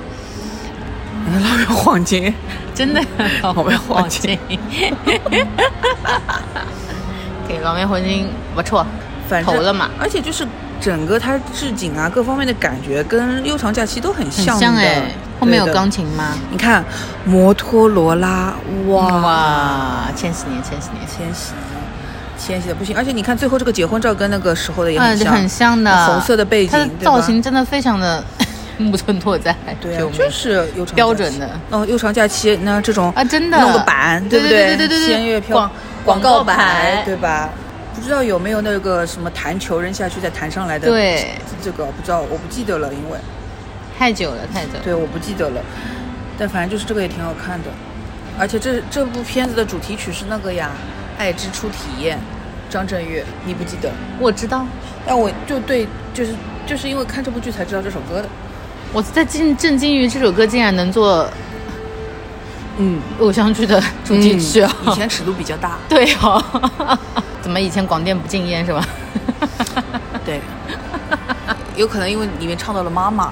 Speaker 2: 人家老庙黄金。
Speaker 1: 真的，
Speaker 2: <laughs> 我们要
Speaker 1: 黄
Speaker 2: 黄
Speaker 1: 金
Speaker 2: 金，
Speaker 1: <laughs> 给老面黄金不错，
Speaker 2: 反
Speaker 1: 投
Speaker 2: 正
Speaker 1: 了嘛，
Speaker 2: 而且就是整个它置景啊，各方面的感觉跟《悠长假期》都很
Speaker 1: 很
Speaker 2: 像的。
Speaker 1: 像哎，后面有
Speaker 2: 对的
Speaker 1: 钢。琴吗？
Speaker 2: 你看，摩托罗拉，哇，
Speaker 1: 嗯哇，千禧年，千禧年，
Speaker 2: 千禧，千禧的不行。而且你看最后这个结婚照跟那个时候的也
Speaker 1: 嗯，
Speaker 2: 很像，
Speaker 1: 很像的，
Speaker 2: 红色的背景，
Speaker 1: 它的
Speaker 2: 对吧
Speaker 1: 造型。真的非常的 <laughs> 木村拓哉，
Speaker 2: 对啊
Speaker 1: 救，命
Speaker 2: 就是悠长假期
Speaker 1: 标准的。
Speaker 2: 哦，悠长假期那这种
Speaker 1: 啊真的
Speaker 2: 弄个板，
Speaker 1: 对
Speaker 2: 不
Speaker 1: 对
Speaker 2: 对？
Speaker 1: 对对对对
Speaker 2: 仙乐飘
Speaker 1: 广
Speaker 2: 广
Speaker 1: 告
Speaker 2: 告
Speaker 1: 牌
Speaker 2: 对吧？不知道有没有那个什么弹球扔下去再弹上来的？
Speaker 1: 对，
Speaker 2: 这个不知道，我不记得了，因为
Speaker 1: 太久了，太久了。
Speaker 2: 对，我不记得了，但反正就是这个也挺好看的，而且这这部片子的主题曲是那个呀，《爱之初体验》，张震岳，你不记得？
Speaker 1: 我知道，
Speaker 2: 但我就对，就是就是因为看这部剧才知道这首歌的。
Speaker 1: 我在震震惊于这首歌竟然能做
Speaker 2: 嗯，
Speaker 1: 偶像剧的主题曲啊！
Speaker 2: 以前尺度比较大，
Speaker 1: <laughs> 对哦， <laughs> 怎么以前广电不禁烟是吧？
Speaker 2: 对， <laughs> 有可能因为里面唱到了
Speaker 1: <laughs>
Speaker 2: 妈妈，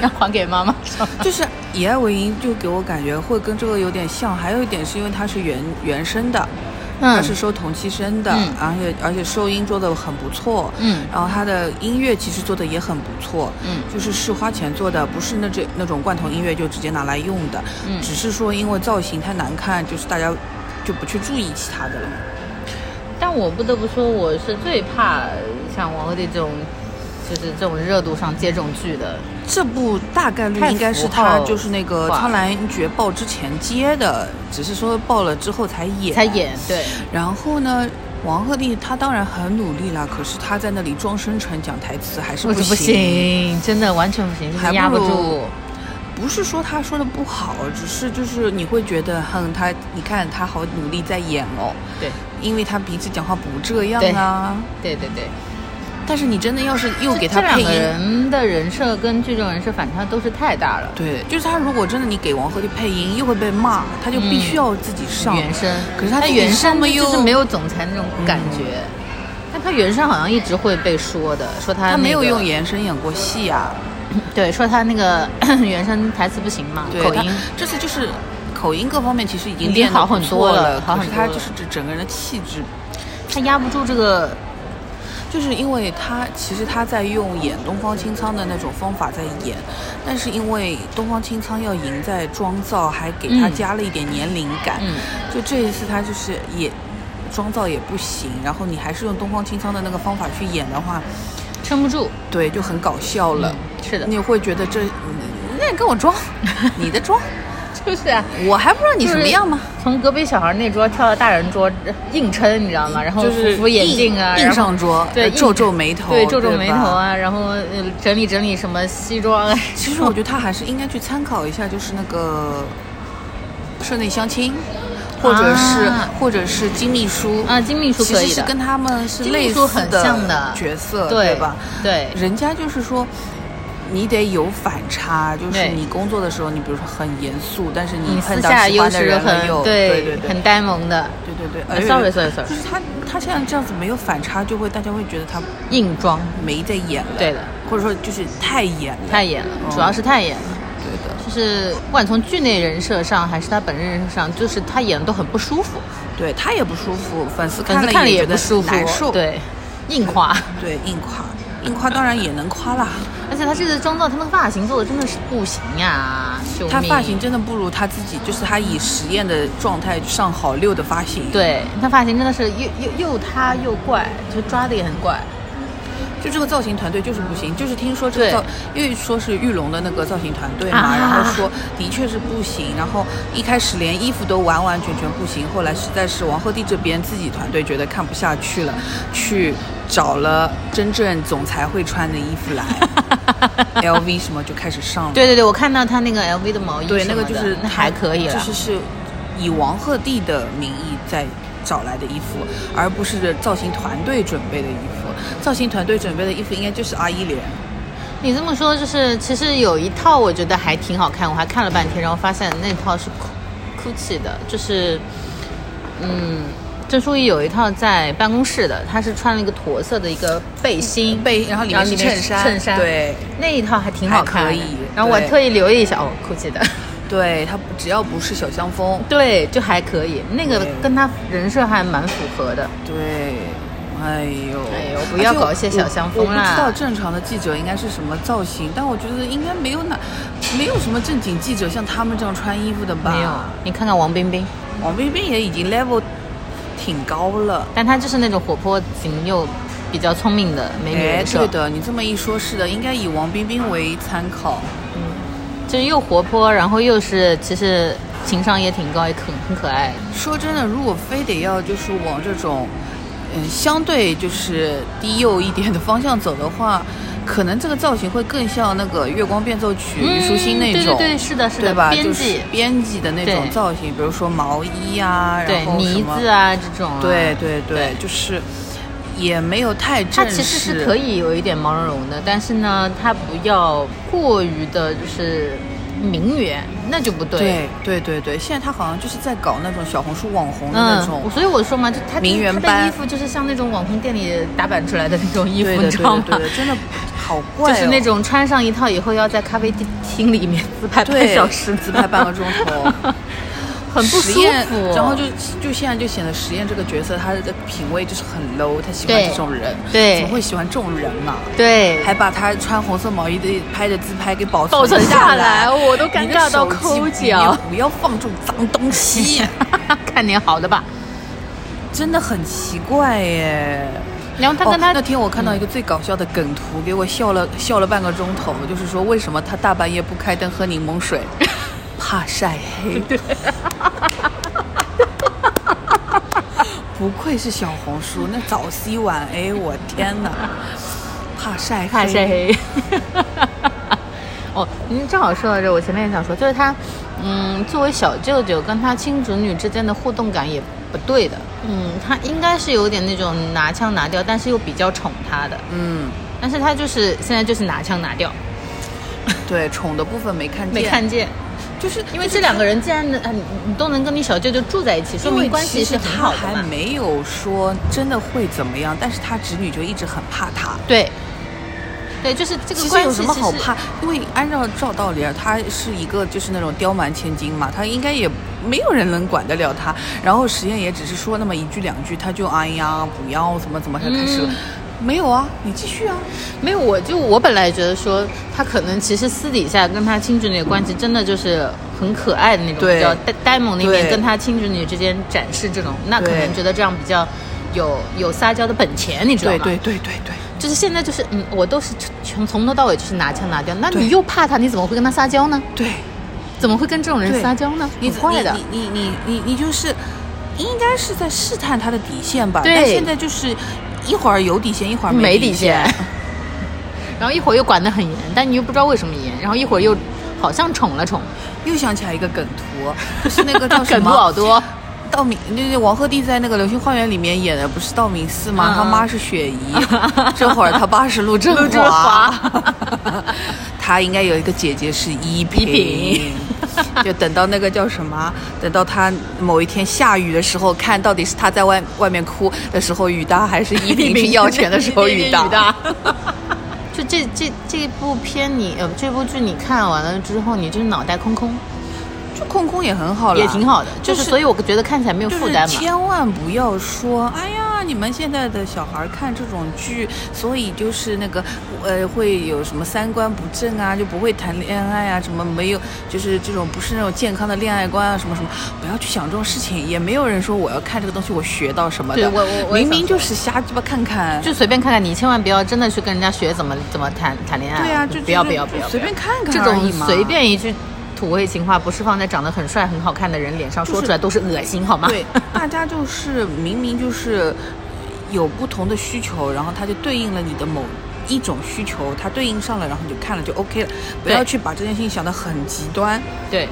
Speaker 1: 要还给妈妈是吧？
Speaker 2: 就是以爱为营，就给我感觉会跟这个有点像。还有一点是因为它是原原声的，它是收同期声的，
Speaker 1: 嗯
Speaker 2: 而且而且收音做的很不错，
Speaker 1: 嗯
Speaker 2: 然后它的音乐其实做的也很不错，
Speaker 1: 嗯
Speaker 2: 就是是花钱做的，不是那这那种罐头音乐就直接拿来用的，
Speaker 1: 嗯
Speaker 2: 只是说因为造型太难看，就是大家就不去注意其他的了嘛。
Speaker 1: 但我不得不说，我是最怕像王鹤棣这种，就是这种热度上接这种剧的。
Speaker 2: 这部大概率
Speaker 1: 太
Speaker 2: 应该是
Speaker 1: 符号
Speaker 2: 他就是那个
Speaker 1: 化
Speaker 2: 《苍兰诀报》之前接的，只是说报了之后才演，
Speaker 1: 才演对，
Speaker 2: 然后呢，王鹤棣他当然很努力啦，可是他在那里装深沉讲台词还是
Speaker 1: 我
Speaker 2: 不
Speaker 1: 就
Speaker 2: 行。
Speaker 1: 不行，真的完全不行，就是
Speaker 2: 还不
Speaker 1: 压不住
Speaker 2: 如。不是说他说的不好，只是就是你会觉得，哼，他你看他好努力在演哦，
Speaker 1: 对，
Speaker 2: 因为他平时讲话不这样啊。
Speaker 1: 对对对，
Speaker 2: 但是你真的要是又给他
Speaker 1: 这这
Speaker 2: 配
Speaker 1: 两个
Speaker 2: 音，
Speaker 1: 人的人设跟剧中人设反差都是太大了。
Speaker 2: 对，就是他如果真的你给王鹤棣配音，又会被骂，他就必须要自己上。
Speaker 1: 嗯原声，
Speaker 2: 可是他
Speaker 1: 他
Speaker 2: 自己
Speaker 1: 原
Speaker 2: 上
Speaker 1: 声
Speaker 2: 嘛
Speaker 1: 就是
Speaker 2: 又
Speaker 1: 没有总裁那种感觉，但他原声好像一直会被说的，说他、
Speaker 2: 他没有
Speaker 1: 那个
Speaker 2: 用原声演过戏啊，
Speaker 1: 对，说他那个 <clears throat> 原声台词不行嘛，
Speaker 2: 对
Speaker 1: 口
Speaker 2: 他
Speaker 1: 音
Speaker 2: 这次就是口音各方面其实已
Speaker 1: 已
Speaker 2: 经
Speaker 1: 经
Speaker 2: 练得
Speaker 1: 好
Speaker 2: 不
Speaker 1: 很
Speaker 2: 错
Speaker 1: 多了
Speaker 2: 了，
Speaker 1: 好
Speaker 2: 可
Speaker 1: 很
Speaker 2: 是他
Speaker 1: 多
Speaker 2: 就
Speaker 1: 了
Speaker 2: 是整整个人的气质
Speaker 1: 他压不住这个，
Speaker 2: 就是因为他其实他在用演东方青苍的那种方法在演，但是因为东方青苍要赢在妆造，还给他
Speaker 1: 嗯
Speaker 2: 加了一点年龄感，
Speaker 1: 嗯
Speaker 2: 就这一次他就是也妆造也不行，然后你还是用东方青苍的那个方法去演的话，
Speaker 1: 撑不住。
Speaker 2: 对，就很搞笑了。
Speaker 1: 嗯是的
Speaker 2: 你会觉得这，那你跟我 <laughs> 装，你的装，
Speaker 1: <laughs> 就是啊，
Speaker 2: 我还不知道你什么样吗？？
Speaker 1: 从隔壁小孩那桌跳到大人桌，硬撑，你知道吗？然后
Speaker 2: 就是
Speaker 1: 扶扶眼镜啊，
Speaker 2: 硬
Speaker 1: 然
Speaker 2: 硬
Speaker 1: 后
Speaker 2: 上桌，
Speaker 1: 对，
Speaker 2: 呃
Speaker 1: 硬
Speaker 2: 皱皱眉头，
Speaker 1: 对，皱皱眉头
Speaker 2: 吧
Speaker 1: 啊，然后呃整理整理什么西装啊。
Speaker 2: 其实我觉得他还是应该去参考一下，就是那个室内相亲，或者是、
Speaker 1: 啊
Speaker 2: 或者是金秘书
Speaker 1: 啊金秘书
Speaker 2: 其
Speaker 1: 可以
Speaker 2: 实是
Speaker 1: 的
Speaker 2: 跟他们是
Speaker 1: 金秘
Speaker 2: 类
Speaker 1: 书
Speaker 2: 似
Speaker 1: 很像的
Speaker 2: 角色，
Speaker 1: 对
Speaker 2: 吧？
Speaker 1: 对
Speaker 2: 人家就是说，你得有反差，就是
Speaker 1: 对
Speaker 2: 你工作的时候，你比如说很严肃，但是你
Speaker 1: 你
Speaker 2: 碰
Speaker 1: 私
Speaker 2: 到
Speaker 1: 下
Speaker 2: 喜
Speaker 1: 又
Speaker 2: 欢的
Speaker 1: 是
Speaker 2: 人
Speaker 1: 很
Speaker 2: 很有对对对
Speaker 1: 很呆萌的，
Speaker 2: 对对对，
Speaker 1: 呃
Speaker 2: 而且
Speaker 1: sorry，sorry，sorry
Speaker 2: 就是他他现在这样子没有反差，就会大家会觉得他
Speaker 1: 硬装
Speaker 2: 没在演了，
Speaker 1: 对的，
Speaker 2: 或者说就是太演了，
Speaker 1: 太演了，
Speaker 2: 嗯
Speaker 1: 主要是太演了。
Speaker 2: 对的，
Speaker 1: 就是不管从剧内人设上，还是他本人人设上，就是他演的都很不舒服，
Speaker 2: 对他也不舒服，粉丝
Speaker 1: 可能
Speaker 2: 了
Speaker 1: 看了
Speaker 2: 也觉
Speaker 1: 不
Speaker 2: 得
Speaker 1: 舒服
Speaker 2: 难，受，
Speaker 1: 对，硬夸。
Speaker 2: 对硬夸，硬夸当然也能夸啦，
Speaker 1: 而且他这次妆造，他那个发型做的真的是不行呀、救命！
Speaker 2: 他发型真的不如他自己，就是他以实验的状态上好六的发型，，
Speaker 1: 对他发型真的是又又又塌又怪，就抓的也很怪。
Speaker 2: 嗯就这个造型团队就是不行，就是听说这个
Speaker 1: 对
Speaker 2: 造，因为说是玉龙的那个造型团队嘛，
Speaker 1: 啊
Speaker 2: 然后说的确是不行，然后一开始连衣服都完完全全不行，后来实在是王鹤棣这边自己团队觉得看不下去了，去找了真正总裁会穿的衣服来
Speaker 1: <laughs>
Speaker 2: ，LV 什么就开始上了，
Speaker 1: 对对对，我看到他那个 LV 的毛衣
Speaker 2: 对，
Speaker 1: 什
Speaker 2: 那
Speaker 1: 么
Speaker 2: 个
Speaker 1: 的
Speaker 2: 就是
Speaker 1: 那还可以了，
Speaker 2: 就是是以王鹤棣的名义在找来的衣服，而不是造型团队准备的衣服。造型团队准备的衣服应该就是阿依莲，
Speaker 1: 你这么说，就是其实有一套嗯我觉得还挺好看，我还看了半天，然后发现那套是 Gu- Gucci 的，就是嗯，郑书怡有一套在办公室的，她是穿了一个驼色的一个背心，
Speaker 2: 背然后里面是衬衫
Speaker 1: 衬衫
Speaker 2: 对
Speaker 1: 那一套还挺好看的，
Speaker 2: 还可以
Speaker 1: 然后我还
Speaker 2: 对
Speaker 1: 特意留意一下哦，Gucci 的，
Speaker 2: 对他只要不是小香风，
Speaker 1: 对，就还可以，那个
Speaker 2: 对
Speaker 1: 跟她人设还蛮符合的。
Speaker 2: 对。哎呦，
Speaker 1: 哎呦不要搞一些小香风啦
Speaker 2: 而且我我不知道正常的记者应该是什么造型，但我觉得应该没有哪，没有什么正经记者像他们这样穿衣服的吧？
Speaker 1: 没有，你看看王冰冰，
Speaker 2: 王冰冰也已经 level 挺高了。
Speaker 1: 但她就是那种活泼型又比较聪明的美女
Speaker 2: 哎，
Speaker 1: 人设，
Speaker 2: 对的，你这么一说，是的，应该以王冰冰为参考。
Speaker 1: 就是又活泼，然后又是其实情商也挺高，也很很可爱。
Speaker 2: 说真的，如果非得要就是往这种，嗯，相对就是低幼一点的方向走的话，可能这个造型会更像那个《月光变奏曲》虞书欣那
Speaker 1: 嗯
Speaker 2: 种，
Speaker 1: 对对对，是的，是
Speaker 2: 对
Speaker 1: 的，
Speaker 2: 吧？
Speaker 1: 编
Speaker 2: 就是
Speaker 1: 辑，
Speaker 2: 编辑的那种
Speaker 1: 对
Speaker 2: 造型，比如说毛衣啊，
Speaker 1: 对
Speaker 2: 然后什
Speaker 1: 呢
Speaker 2: 么
Speaker 1: 子，啊这种、啊，
Speaker 2: 对对对
Speaker 1: 对，
Speaker 2: 就是也没有太正
Speaker 1: 它
Speaker 2: 式。
Speaker 1: 其实是可以有一点毛茸茸的，但是呢，它不要过于的就是名媛，那就不对。
Speaker 2: 对对对对，现在他好像就是在搞那种小红书网红的那
Speaker 1: 嗯
Speaker 2: 种，，
Speaker 1: 所以我说嘛，就它
Speaker 2: 名媛
Speaker 1: 它
Speaker 2: 班
Speaker 1: 的衣服就是像那种网红店里打版出来的那种衣服，
Speaker 2: 对的
Speaker 1: 你知道吗？
Speaker 2: 对的对的，真的好
Speaker 1: <laughs>
Speaker 2: 怪、
Speaker 1: 就
Speaker 2: 哦，
Speaker 1: 是那种穿上一套以后要在咖啡厅里面自拍半
Speaker 2: 对
Speaker 1: 小时，
Speaker 2: 自拍半个钟头，
Speaker 1: <laughs> 很不舒
Speaker 2: 实验
Speaker 1: 服。
Speaker 2: 然后就就现在就显得实验这个角色他的品味就是很 low，他喜欢
Speaker 1: 对
Speaker 2: 这种人，
Speaker 1: 对
Speaker 2: 怎么会喜欢这种人呢、
Speaker 1: 对，
Speaker 2: 还把他穿红色毛衣的拍的自拍给保
Speaker 1: 保存
Speaker 2: 下
Speaker 1: 下来我都
Speaker 2: 你的
Speaker 1: 尴尬到
Speaker 2: 手机
Speaker 1: 抠
Speaker 2: 里面
Speaker 1: 脚
Speaker 2: 不要放这种脏东西，
Speaker 1: <laughs> 看点好的吧。
Speaker 2: 真的很奇怪耶。
Speaker 1: 然后他跟他、
Speaker 2: 哦、那天我看到一个最搞笑的梗图，给我笑了笑了半个钟头，就是说为什么他大半夜不开灯喝柠檬水，怕晒
Speaker 1: <laughs>
Speaker 2: 黑。不愧是小红书，那早 C 晚 A，我天哪，怕晒黑，
Speaker 1: 怕晒。黑。 <laughs> 哦，您正好说到这，我前面也想说，就是他，嗯，作为小舅舅跟他亲侄女之间的互动感也不对的，嗯，他应该是有点那种拿腔拿调，但是又比较宠他的，
Speaker 2: 嗯，
Speaker 1: 但是他就是现在就是拿腔拿调，
Speaker 2: 对，宠的部分没看见，
Speaker 1: 没看见，
Speaker 2: 就是
Speaker 1: 因为这两个人既然能，啊你你都能跟你小舅舅住在一起，说
Speaker 2: 因为
Speaker 1: 明关系
Speaker 2: 其实
Speaker 1: 是很好
Speaker 2: 他
Speaker 1: 的
Speaker 2: 还
Speaker 1: 嘛，
Speaker 2: 没有说真的会怎么样，但是他侄女就一直很怕他。
Speaker 1: 对，对，就是这个
Speaker 2: 其
Speaker 1: 关
Speaker 2: 实
Speaker 1: 系
Speaker 2: 有什么
Speaker 1: 其
Speaker 2: 好
Speaker 1: 实
Speaker 2: 怕？因为按照照道理啊，他是一个就是那种刁蛮千金嘛，他应该也没有人能管得了他。然后实验也只是说那么一句两句，他就哎呀不要怎么怎么他开始了。
Speaker 1: 嗯
Speaker 2: 没有啊，你继续啊。
Speaker 1: 没有，我就我本来觉得说他可能其实私底下跟他亲侄女的关系真的就是很可爱的那种，
Speaker 2: 对
Speaker 1: 比较呆呆萌的一面，
Speaker 2: 对
Speaker 1: 跟他亲侄女之间展示这种，那可能
Speaker 2: 对
Speaker 1: 觉得这样比较有有撒娇的本钱，你知道
Speaker 2: 对
Speaker 1: 吗？
Speaker 2: 对对对对，
Speaker 1: 就是现在就是嗯，我都是从从头到尾就是拿腔拿调，那
Speaker 2: 对
Speaker 1: 你又怕他，你怎么会跟他撒娇呢？
Speaker 2: 对，
Speaker 1: 怎么会跟这种人
Speaker 2: 对
Speaker 1: 撒娇呢？
Speaker 2: 你
Speaker 1: 很坏的，
Speaker 2: 你你你你你就是应该是在试探他的底线吧？
Speaker 1: 对
Speaker 2: 但现在就是一会儿有底线，一 <laughs> 会儿
Speaker 1: 没
Speaker 2: 底
Speaker 1: 底线。然后一会儿又管得很严，但你又不知道为什么严，然后一会儿又好像宠了宠，
Speaker 2: <laughs> 又想起来一个梗图，就是那个叫
Speaker 1: <laughs>
Speaker 2: 什
Speaker 1: 梗
Speaker 2: 么
Speaker 1: 多好多。
Speaker 2: 道明就是王鹤棣在那个《流星花园》里面演的不是道明寺
Speaker 1: 嗯
Speaker 2: 吗？他妈是雪姨，这会儿他爸是陆振
Speaker 1: 陆振华
Speaker 2: 他应该有一个姐姐是依
Speaker 1: 依萍
Speaker 2: 萍。就等到那个叫什么，等到他某一天下雨的时候，看到底是他在外外面哭的时候雨大，还是
Speaker 1: <laughs>
Speaker 2: 依萍去要钱的时候雨大？
Speaker 1: 就这这这部片你呃这部剧你看完了之后，你就是脑袋空空，
Speaker 2: 就空空也很好了，
Speaker 1: 也挺好的，就是
Speaker 2: 是
Speaker 1: 所以我觉得看起来没有负担
Speaker 2: 就是
Speaker 1: 嘛。
Speaker 2: 千万不要说，哎呀，你们现在的小孩儿看这种剧，所以就是那个呃，会有什么三观不正啊，就不会谈恋爱啊，什么没有，就是这种不是那种健康的恋爱观啊，什么什么，不要去想这种事情。也没有人说我要看这个东西，我学到什么的。
Speaker 1: 对我我我也
Speaker 2: 明明
Speaker 1: 想
Speaker 2: 就是瞎鸡巴看看。
Speaker 1: 就随便看看，你千万不要真的去跟人家学怎么怎么谈谈恋爱啊。
Speaker 2: 对啊，就
Speaker 1: 不要
Speaker 2: 就
Speaker 1: 不要
Speaker 2: 就
Speaker 1: 不要，
Speaker 2: 随便看看
Speaker 1: 这
Speaker 2: 而
Speaker 1: 种
Speaker 2: 已嘛
Speaker 1: 随便一句土味情话，不是放在长得很帅很好看的人脸上说出来都是恶心，好吗？
Speaker 2: 对，大家就是明明就是有不同的需求，然后它就对应了你的某一种需求，它对应上了，然后你就看了就 OK 了，不
Speaker 1: 对
Speaker 2: 要去把这件事情想得很极端。
Speaker 1: <laughs> 对，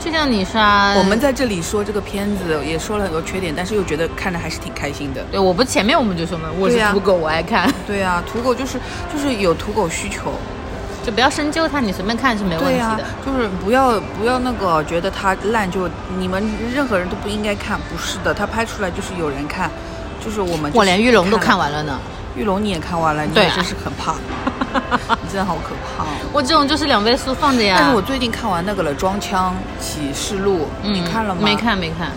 Speaker 1: 就像你啊刷
Speaker 2: 我们在这里说这个片子也说了很多缺点，但是又觉得看着还是挺开心的。
Speaker 1: 对我不前面我们就说嘛，我是
Speaker 2: 对呀啊
Speaker 1: 土狗，我爱看， <laughs>
Speaker 2: 对啊，土狗就是就是有土狗需求，
Speaker 1: 就不要深究它，你随便看是没问
Speaker 2: 对
Speaker 1: 题
Speaker 2: 啊
Speaker 1: 的。，
Speaker 2: 就是不要不要那个觉得它烂就你们任何人都不应该看，不是的，它拍出来就是有人看，就是我们就是
Speaker 1: 我连玉龙都
Speaker 2: 了
Speaker 1: 看完了呢，
Speaker 2: 玉龙你也看完了，你
Speaker 1: 对啊
Speaker 2: 也真是很
Speaker 1: <laughs>
Speaker 2: 怕，你真的好可怕、哦。
Speaker 1: 我这种就是两倍速放着呀。
Speaker 2: 但是我最近看完那个了《装腔启示录》，
Speaker 1: 嗯
Speaker 2: 你看了吗？
Speaker 1: 没。看没看，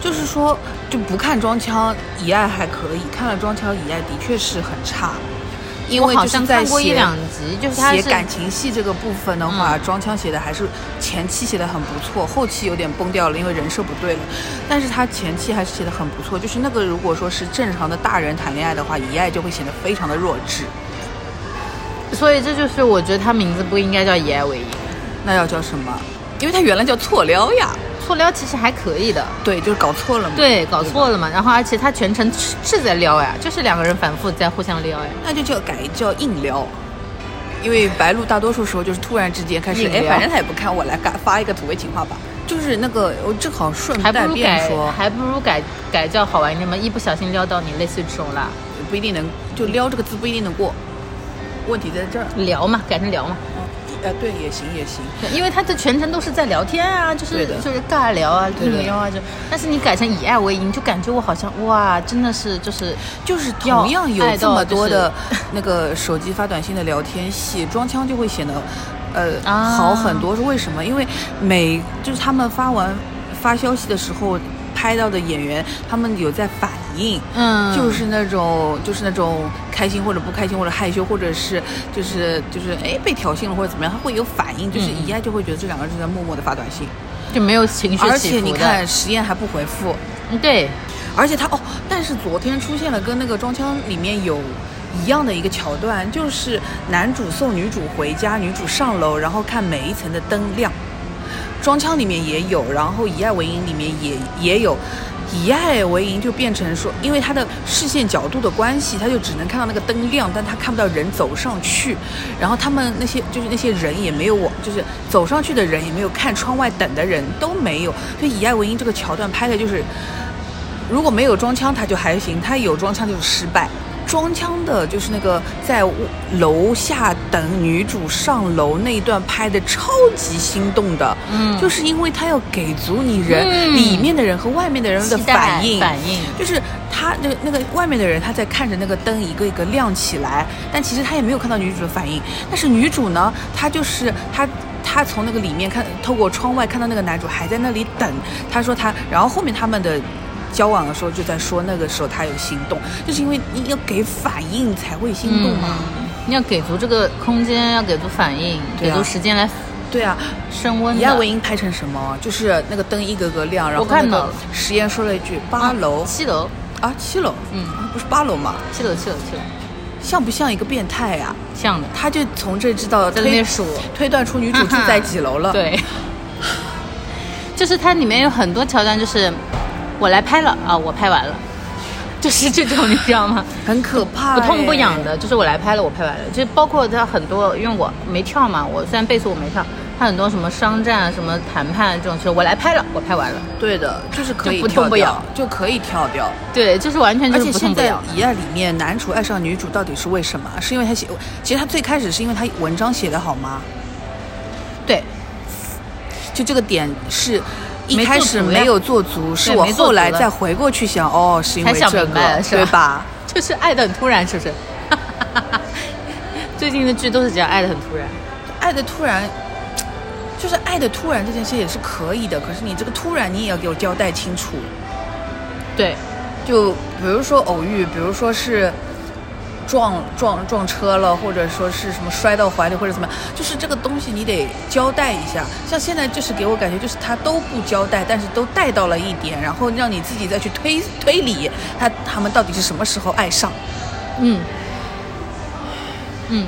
Speaker 2: 就是说，就不看《装腔以爱》还可以，看了《装腔以爱》的确是很差，因为
Speaker 1: 我好
Speaker 2: 就
Speaker 1: 像
Speaker 2: 是在
Speaker 1: 看过一
Speaker 2: 写
Speaker 1: 两集，就是它
Speaker 2: 写
Speaker 1: 是嗯
Speaker 2: 感情戏这个部分的话，装腔写的还是前期写的很不错，后期有点崩掉了，因为人设不对了。但是他前期还是写的很不错，就是那个如果说是正常的大人谈恋爱的话，以爱就会显得非常的弱智。
Speaker 1: 所以这就是我觉得它名字不应该叫以爱为营。
Speaker 2: 那要叫什么？因为它原来叫错撩呀，
Speaker 1: 错撩其实还可以的，
Speaker 2: 对，就是搞错了嘛。，
Speaker 1: 对，搞错了嘛。然后而且它全程是是在撩呀，就是两个人反复在互相撩哎呀。
Speaker 2: 那就叫改叫硬撩。因为白鹿大多数时候就是突然之间开始，
Speaker 1: 硬
Speaker 2: 哎，
Speaker 1: 撩
Speaker 2: 反正他也不看，我来改发一个土味情话吧。就是那个，我正好顺
Speaker 1: 还不
Speaker 2: 带
Speaker 1: 如
Speaker 2: 便
Speaker 1: 改
Speaker 2: 说，，
Speaker 1: 还不如改改叫好玩一点嘛，一不小心撩到你，类似于这种啦，
Speaker 2: 不一定能，就撩这个字不一定能过。问题在这儿，
Speaker 1: 聊嘛，改成聊嘛，
Speaker 2: 嗯，呃，对，也行也行。
Speaker 1: 对因为他的全程都是在聊天啊，就是
Speaker 2: 对的
Speaker 1: 就是尬聊啊，
Speaker 2: 对的
Speaker 1: 硬聊啊，就，但是你改成以爱为营，就感觉我好像哇，真的是就是
Speaker 2: 就是
Speaker 1: 要
Speaker 2: 同样有
Speaker 1: 爱
Speaker 2: 这
Speaker 1: 到
Speaker 2: 么多
Speaker 1: 就是
Speaker 2: 的那个手机发短信的聊
Speaker 1: <laughs>
Speaker 2: 天戏，装腔就会显得呃、
Speaker 1: 啊
Speaker 2: 好很多。是为什么？因为每就是他们发完发消息的时候拍到的演员，他们有在反应。
Speaker 1: 嗯，
Speaker 2: 就是那种，就是那种开心或者不开心，或者害羞，或者是就是就是哎被挑衅了或者怎么样，他会有反应，就是
Speaker 1: 嗯
Speaker 2: 一爱就会觉得这两个人是在默默的发短信，
Speaker 1: 就没有情绪起伏的
Speaker 2: 而且你看实验还不回复，
Speaker 1: 嗯对，
Speaker 2: 而且他哦，但是昨天出现了跟那个《装腔》里面有一样的一个桥段，就是男主送女主回家，女主上楼，然后看每一层的灯亮。《装腔》里面也有，然后《以爱为营》里面也也有。以爱为营就变成说，因为他的视线角度的关系，他就只能看到那个灯亮，但他看不到人走上去。然后他们那些就是那些人也没有往，就是走上去的人也没有看窗外等的人都没有。所以以爱为营这个桥段拍的就是如果没有装腔，他就还行；他有装腔就是失败。装腔的就是那个在楼下等女主上楼那一段拍的超级心动的，
Speaker 1: 嗯
Speaker 2: 就是因为他要给足你人、
Speaker 1: 嗯
Speaker 2: 里面的人和外面的人的
Speaker 1: 期待
Speaker 2: 反应，
Speaker 1: 反应
Speaker 2: 就是他那个那个外面的人他在看着那个灯一个一个亮起来，但其实他也没有看到女主的反应。但是女主呢，她就是她。她从那个里面看，透过窗外看到那个男主还在那里等。她说她，然后后面他们的交往的时候就在说，那个时候她有心动，就是因为你要给反应才会心动嘛。
Speaker 1: 嗯你要给足这个空间，要给足反应，
Speaker 2: 对
Speaker 1: 给
Speaker 2: 啊
Speaker 1: 足时间来
Speaker 2: 对啊，
Speaker 1: 升温
Speaker 2: 以爱
Speaker 1: 的。啊
Speaker 2: 为营拍成什么？就是那个灯一个个亮，然后
Speaker 1: 我看
Speaker 2: 那
Speaker 1: 到
Speaker 2: 个
Speaker 1: 了
Speaker 2: 实验说了一句八楼
Speaker 1: 七楼，
Speaker 2: 啊，七楼，
Speaker 1: 嗯
Speaker 2: 啊，不是八楼嘛，
Speaker 1: 七楼，七楼，七楼，
Speaker 2: 像不像一个变态啊呀、
Speaker 1: 像的，
Speaker 2: 他就从这知道
Speaker 1: 在那
Speaker 2: 推
Speaker 1: 边数。
Speaker 2: 推断出女主住在几楼
Speaker 1: <laughs>
Speaker 2: 了。，
Speaker 1: 对，就是它里面有很多桥段，就是我来拍了啊，我拍完了， <laughs> 就是这种，你知道吗？
Speaker 2: 很可怕、哎
Speaker 1: 不痛不痒。的，就是我来拍了，我拍完了，就包括它很多，因为我没跳嘛，我虽然倍速我没跳，它很多什么商战、什么谈判这种球，我来拍了，我拍完了。
Speaker 2: 对的，就是可以
Speaker 1: 就不
Speaker 2: 跳
Speaker 1: 痛不
Speaker 2: 掉
Speaker 1: 痒，
Speaker 2: 就可以跳掉。
Speaker 1: 对，就是完全
Speaker 2: 而
Speaker 1: 就是
Speaker 2: 且
Speaker 1: 不
Speaker 2: 现
Speaker 1: 痛不
Speaker 2: 在
Speaker 1: 痒。
Speaker 2: 《一爱》里面男主爱上女主到底是为什么？是因为他写，其实他最开始是因为他文章写得好吗？
Speaker 1: 对，
Speaker 2: 就这个点是。一
Speaker 1: 没
Speaker 2: 开
Speaker 1: 做
Speaker 2: 始
Speaker 1: 足呀
Speaker 2: 没有做足，是
Speaker 1: 对
Speaker 2: 我
Speaker 1: 没做
Speaker 2: 后来
Speaker 1: 足了
Speaker 2: 再回过去想，哦，是因为
Speaker 1: 才想
Speaker 2: 这
Speaker 1: 明白
Speaker 2: 个
Speaker 1: 了，是吧
Speaker 2: 对吧？
Speaker 1: 就是爱的很突然，是不是？ <laughs> 最近的剧都是这样，爱的很突然。
Speaker 2: 爱的突然，就是爱的突然这件事也是可以的，可是你这个突然你也要给我交代清楚。
Speaker 1: 对，
Speaker 2: 就比如说偶遇，比如说是撞撞撞车了，或者说是什么摔到怀里，或者怎么样，就是这个东西你得交代一下。像现在就是给我感觉就是他都不交代，但是都带到了一点，然后让你自己再去推推理他他们到底是什么时候爱上。
Speaker 1: 嗯，嗯，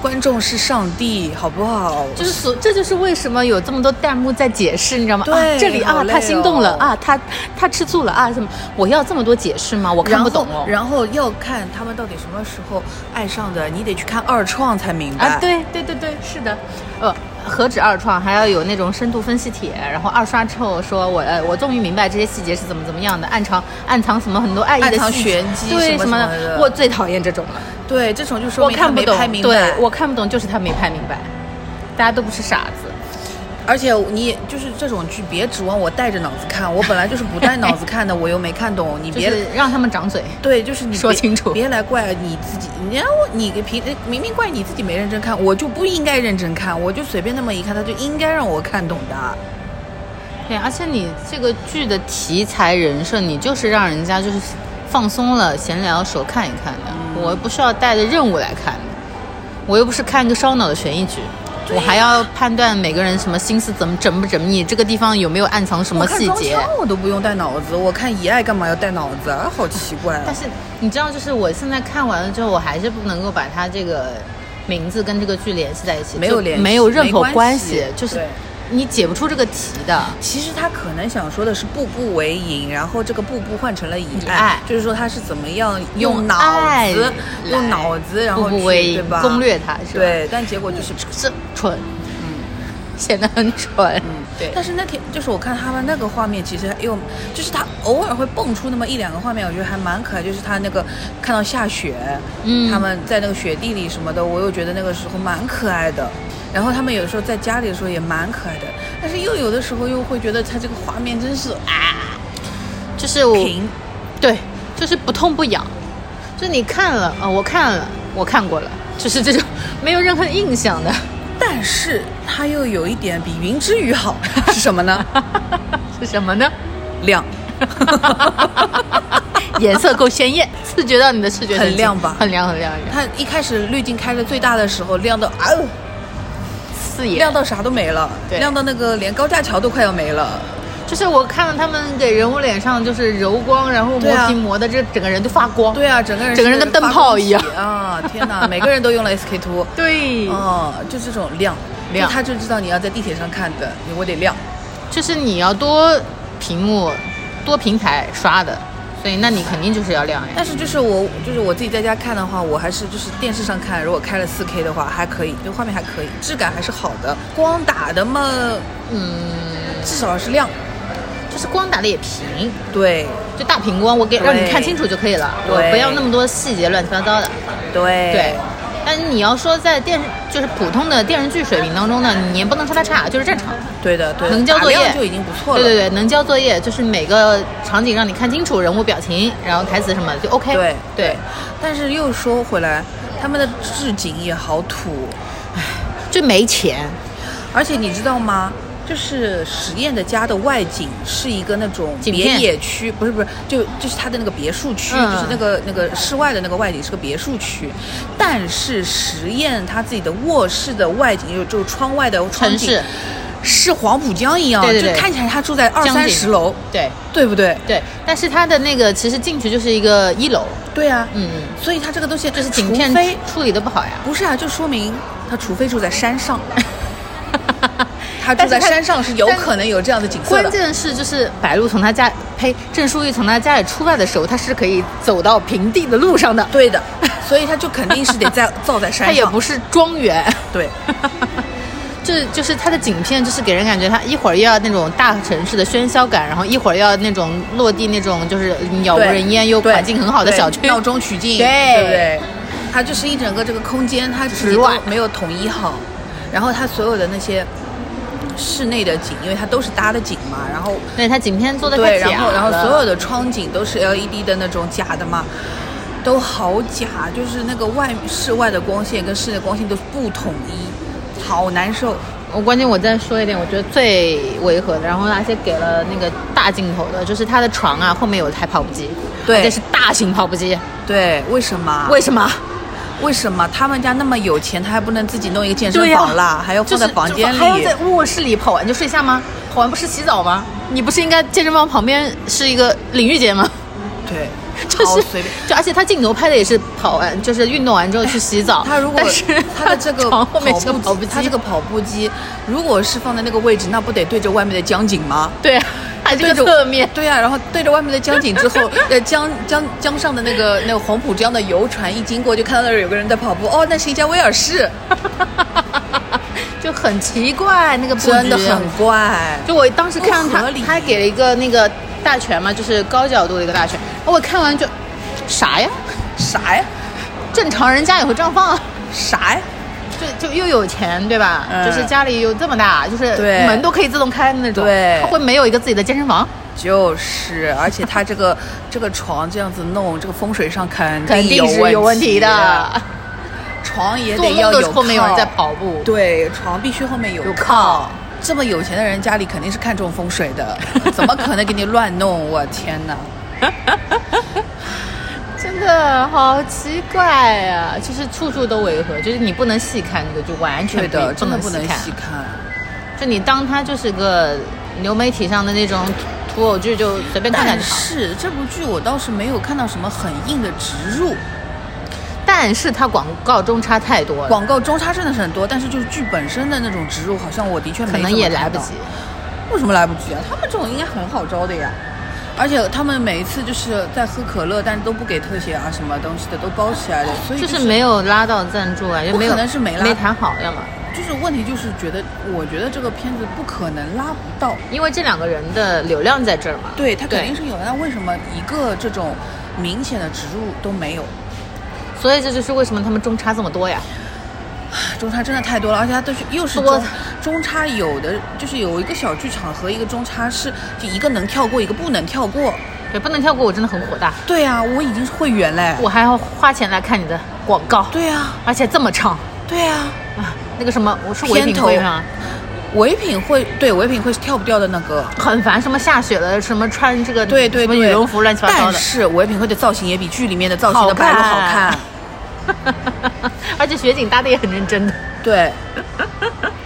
Speaker 2: 观众是上帝，好不好？
Speaker 1: 就是所，这就是为什么有这么多弹幕在解释，你知道吗？
Speaker 2: 对
Speaker 1: 啊，这里
Speaker 2: 好
Speaker 1: 啊，
Speaker 2: 累
Speaker 1: 他心动了
Speaker 2: 哦
Speaker 1: 啊，他他吃醋了啊，什么？我要这么多解释吗？我看
Speaker 2: 然
Speaker 1: 不
Speaker 2: 后
Speaker 1: 懂哦。
Speaker 2: 然后要看他们到底什么时候爱上的，你得去看二创才明白。
Speaker 1: 啊，对对对对，是的，呃，何止二创，还要有那种深度分析帖，然后二刷之后说我呃，我终于明白这些细节是怎么怎么样的，暗藏暗藏什么很多爱意的
Speaker 2: 暗藏
Speaker 1: 细节
Speaker 2: 玄机
Speaker 1: 对
Speaker 2: 什么
Speaker 1: 么
Speaker 2: 什么的
Speaker 1: 我最讨厌这种了，
Speaker 2: 对，这种就说
Speaker 1: 我
Speaker 2: 明他
Speaker 1: 看不
Speaker 2: 没
Speaker 1: 懂
Speaker 2: 拍，明白。
Speaker 1: 对我看不懂，就是他没拍明白，大家都不是傻子，
Speaker 2: 而且你也就是这种剧，别指望我带着脑子看，我本来就是不带脑子看的，我又没看懂，你
Speaker 1: 就
Speaker 2: 别。
Speaker 1: 是让他们长嘴。
Speaker 2: 对，就是你别
Speaker 1: 说清楚
Speaker 2: 别来怪你自己。你让我你平明明怪你自己没认真看，我就不应该认真看，我就随便那么一看，他就应该让我看懂的。
Speaker 1: 对，而且你这个剧的题材人设，你就是让人家就是放松了闲聊时候看一看的，
Speaker 2: 嗯
Speaker 1: 我又不需要带着任务来看的，我又不是看个烧脑的悬疑剧。我还要判断每个人什么心思怎么缜不缜密，这个地方有没有暗藏什么
Speaker 2: 我看
Speaker 1: 细
Speaker 2: 装
Speaker 1: 节？
Speaker 2: 腔我都不用带脑子，我看以爱干嘛要带脑子啊？好奇怪啊
Speaker 1: <laughs> 但！是你知道，就是我现在看完了之后，我还是不能够把它这个名字跟这个剧联系在一起，
Speaker 2: 没
Speaker 1: 就
Speaker 2: 有联系
Speaker 1: 没有任
Speaker 2: 没
Speaker 1: 何
Speaker 2: 关
Speaker 1: 系
Speaker 2: 系，
Speaker 1: 就是
Speaker 2: 对
Speaker 1: 你解不出这个题的。
Speaker 2: 其实他可能想说的是步步为营，然后这个步步换成了以
Speaker 1: 以
Speaker 2: 爱，
Speaker 1: 爱
Speaker 2: 就是说他是怎么样用
Speaker 1: 用
Speaker 2: 脑
Speaker 1: 爱
Speaker 2: 子，
Speaker 1: 来
Speaker 2: 用脑子，然后
Speaker 1: 步步
Speaker 2: 去
Speaker 1: 为营
Speaker 2: 对吧？
Speaker 1: 攻略它是吧
Speaker 2: 对，但结果就是。
Speaker 1: 是蠢，
Speaker 2: 嗯
Speaker 1: 显得很蠢，对
Speaker 2: 但是那天就是我看他们那个画面，其实又就是他偶尔会蹦出那么一两个画面，我觉得还蛮可爱。就是他那个看到下雪，
Speaker 1: 嗯
Speaker 2: 他们在那个雪地里什么的，我又觉得那个时候蛮可爱的。然后他们有的时候在家里的时候也蛮可爱的，但是又有的时候又会觉得他这个画面真是啊
Speaker 1: 就是我，
Speaker 2: 平，
Speaker 1: 对，就是不痛不痒，就是你看了啊、我看了，我看过了，就是
Speaker 2: <laughs>
Speaker 1: 这种没有任何印象的， <laughs>
Speaker 2: 但是它又有一点比云之羽好， <laughs> 是什么呢？
Speaker 1: 是什
Speaker 2: <laughs>
Speaker 1: 么呢？
Speaker 2: 亮，
Speaker 1: 颜色够鲜艳，刺激到你的视觉神经，
Speaker 2: 很亮吧
Speaker 1: 很亮，很亮，很亮，
Speaker 2: 它一开始滤镜开的最大的时候，亮到啊哦，
Speaker 1: 刺眼
Speaker 2: 亮。到啥都没了，
Speaker 1: 对
Speaker 2: 亮到那个连高架桥都快要没了。
Speaker 1: 就是我看了他们给人物脸上就是柔光，然后
Speaker 2: 对啊
Speaker 1: 磨皮磨的，这整个人就发光。
Speaker 2: 对啊，整个人
Speaker 1: 哦整个人
Speaker 2: 是
Speaker 1: 跟灯泡一样
Speaker 2: 发光体啊！天哪，每个人都用了 SK
Speaker 1: <laughs>
Speaker 2: two，
Speaker 1: 对
Speaker 2: 哦，就这种亮
Speaker 1: 亮
Speaker 2: 就他就知道你要在地铁上看的，我得亮。
Speaker 1: 就是你要多屏幕、多平台刷的，所以那你肯定就是要亮呀。
Speaker 2: 但是就是我就是我自己在家看的话，我还是就是电视上看，如果开了 4K 的话还可以，就画面还可以，质感还是好的，光打的嘛，
Speaker 1: 嗯。
Speaker 2: 至少是亮。
Speaker 1: 就是光打的也平，
Speaker 2: 对
Speaker 1: 就大屏光，我给
Speaker 2: 对
Speaker 1: 让你看清楚就可以了，
Speaker 2: 对
Speaker 1: 我不要那么多细节乱七八糟的。
Speaker 2: 对
Speaker 1: 对，但你要说在电视就是普通的电视剧水平当中呢，你也不能说它差，就是正常，
Speaker 2: 对的，对的，
Speaker 1: 能交作
Speaker 2: 打
Speaker 1: 业
Speaker 2: 亮就已经不错了。
Speaker 1: 对对对，能交作业，就是每个场景让你看清楚人物表情，然后台词什么的就 OK
Speaker 2: 对
Speaker 1: 对，
Speaker 2: 但是又说回来，他们的置景也好土，
Speaker 1: 就没钱，
Speaker 2: 而且你知道吗？就是实验的家的外景是一个那种
Speaker 1: 景
Speaker 2: 别
Speaker 1: 片
Speaker 2: 野区，不是不是，就就是它的那个别墅区，
Speaker 1: 嗯
Speaker 2: 就是那个那个室外的那个外景是个别墅区，但是实验他自己的卧室的外景，就就窗外的窗
Speaker 1: 城
Speaker 2: 景
Speaker 1: 市
Speaker 2: 是黄浦江一样，
Speaker 1: 对对对
Speaker 2: 就看起来他住在二
Speaker 1: 江
Speaker 2: 三
Speaker 1: 景
Speaker 2: 十楼，
Speaker 1: 对
Speaker 2: 对不对？
Speaker 1: 对，但是它的那个其实进去就是一个一楼，
Speaker 2: 对啊，
Speaker 1: 嗯，
Speaker 2: 所以他这个东西
Speaker 1: 就是景片
Speaker 2: 除非
Speaker 1: 处理的不好呀。
Speaker 2: <laughs> 不是啊，就说明他除非住在山上，他住
Speaker 1: 但是
Speaker 2: 在
Speaker 1: 他
Speaker 2: 山上是有
Speaker 1: 但
Speaker 2: 可能有这样的景色
Speaker 1: 关
Speaker 2: 的。
Speaker 1: 键是就是白鹿从他家，呸，郑书玉从他家里出来的时候，他是可以走到平地的路上的，
Speaker 2: 对的，
Speaker 1: <laughs>
Speaker 2: 所以他就肯定是得在造在
Speaker 1: 他
Speaker 2: 山上。
Speaker 1: 也不是庄园。
Speaker 2: 对，
Speaker 1: 这就是它的景片，就是给人感觉它一会儿又要那种大城市的喧嚣感，然后一会儿又要那种落地那种就是杳无
Speaker 2: 对
Speaker 1: 人烟又
Speaker 2: 对
Speaker 1: 环境很好的
Speaker 2: 对
Speaker 1: 小区。
Speaker 2: 闹中取静，
Speaker 1: 对
Speaker 2: 不对？它就是一整个这个空间，它自
Speaker 1: 是
Speaker 2: 己都
Speaker 1: 乱
Speaker 2: 没有统一好，然后它所有的那些室内的景，因为它都是搭的景嘛，然后
Speaker 1: 对，它景片做的
Speaker 2: 对，然后然后所有
Speaker 1: 的
Speaker 2: 的窗景都是 LED 的那种假的嘛，都好假，就是那个外室外的光线跟室内光线都不统一，好难受。
Speaker 1: 我关键我再说一点，我觉得最违和的，然后而且给了那个大镜头的，就是它的床啊后面有一台跑步机，
Speaker 2: 对
Speaker 1: 而且是大型跑步机，
Speaker 2: 对，为什么？
Speaker 1: 为什么？
Speaker 2: 为什么他们家那么有钱，他还不能自己弄一个健身
Speaker 1: 对呀
Speaker 2: 房啦？还要
Speaker 1: 就
Speaker 2: 放
Speaker 1: 是
Speaker 2: 在房间里？
Speaker 1: 还要在卧室里跑完就睡下吗？跑完不是洗澡吗？你不是应该健身房旁边是一个淋浴间吗？ <laughs>
Speaker 2: 对，
Speaker 1: 就
Speaker 2: 好
Speaker 1: 是
Speaker 2: 哦随便。
Speaker 1: <laughs> 就而且他镜头拍的也是跑完，就是运动完之后去洗澡。
Speaker 2: <laughs> 他如果
Speaker 1: 但是
Speaker 2: 他的这个
Speaker 1: <laughs> 床后面是个
Speaker 2: 跑
Speaker 1: 跑步机，
Speaker 2: 他这个跑步机如果是放在那个位置，那不得对着外面的江景吗？
Speaker 1: <laughs> 对，还这个
Speaker 2: 对着
Speaker 1: 侧面，
Speaker 2: 对呀、然后对着外面的江景之后， <laughs> 呃，江江江上的那个那个黄浦江的游船一经过，就看到那儿有个人在跑步。哦，那是一家威
Speaker 1: <laughs>
Speaker 2: 尔士，
Speaker 1: 就很奇怪那个布局
Speaker 2: 真的很怪。
Speaker 1: 就我当时看
Speaker 2: 不合
Speaker 1: 他
Speaker 2: 理，
Speaker 1: 他给了一个那个大全嘛，就是高角度的一个大全。我看完就啥呀？
Speaker 2: 啥呀？
Speaker 1: 正常人家也会这样放啊。
Speaker 2: 啥呀？
Speaker 1: 就就又有钱对吧？
Speaker 2: 嗯
Speaker 1: 就是家里有这么大，就是
Speaker 2: 对
Speaker 1: 门都可以自动开的那种。
Speaker 2: 对
Speaker 1: 他会没有一个自己的健身房，
Speaker 2: 就是，而且他这个这个床这样子弄，这个风水上肯
Speaker 1: 肯定是有问题的。
Speaker 2: 床也
Speaker 1: 做 <laughs>
Speaker 2: 得
Speaker 1: 梦
Speaker 2: 要
Speaker 1: 都是
Speaker 2: 有
Speaker 1: 后面有人
Speaker 2: 靠
Speaker 1: 在跑步。
Speaker 2: 对，床必须后面有
Speaker 1: 有靠
Speaker 2: 靠。这么有钱的人家里肯定是看重风水的，怎么可能给你乱弄？我天
Speaker 1: <laughs>
Speaker 2: 哪！
Speaker 1: 真的好奇怪啊！就是处处都违和，就是你不能细看这个，就完全
Speaker 2: 对的，
Speaker 1: 不
Speaker 2: 真的不
Speaker 1: 能
Speaker 2: 能
Speaker 1: 看。
Speaker 2: 细看。
Speaker 1: 就你当它就是个流媒体上的那种土土偶剧，就随便看看
Speaker 2: 但
Speaker 1: 就好。
Speaker 2: 是这部剧我倒是没有看到什么很硬的植入，
Speaker 1: 但是它广告中插太多了，
Speaker 2: 广告中插真的是很多，但是就是剧本身的那种植入，好像我的确没
Speaker 1: 可能
Speaker 2: 怎么
Speaker 1: 也
Speaker 2: 看
Speaker 1: 来不
Speaker 2: 到
Speaker 1: 及。。
Speaker 2: 为什么来不及啊？他们这种应该很好招的呀。而且他们每一次就是在喝可乐，但是都不给特写啊，什么东西的都包起来的，所以
Speaker 1: 哦就是是没有拉到赞助啊，也
Speaker 2: 不
Speaker 1: 没有，
Speaker 2: 可能是没拉
Speaker 1: 没谈好，要么
Speaker 2: 就是问题就是觉得，我觉得这个片子不可能拉不到，
Speaker 1: 因为这两个人的流量在这儿嘛。
Speaker 2: 对他肯定是有的。那为什么一个这种明显的植入都没有？
Speaker 1: 所以这就是为什么他们中差这么多呀。
Speaker 2: 中差真的太多了，而且它都是又是
Speaker 1: 多
Speaker 2: 中中差，有的就是有一个小剧场和一个中差是就一个能跳过，一个不能跳过。
Speaker 1: 对，不能跳过，我真的很火大，
Speaker 2: 对啊，我已经是会员嘞。
Speaker 1: 我还要花钱来看你的广告，
Speaker 2: 对啊，
Speaker 1: 而且这么长
Speaker 2: 对啊，
Speaker 1: 啊！那个什么，我是唯品
Speaker 2: 片头
Speaker 1: 会吗？
Speaker 2: 唯品会对唯品会是跳不掉的那个。
Speaker 1: 很烦，什么下雪了，什么穿这个
Speaker 2: 对对
Speaker 1: 什么
Speaker 2: 对，
Speaker 1: 羽绒服乱七八糟
Speaker 2: 但
Speaker 1: 的，
Speaker 2: 是唯品会的造型也比剧里面的造型的白鹿好看。
Speaker 1: 好 <laughs> 而且雪景搭的也很认真的，
Speaker 2: 对，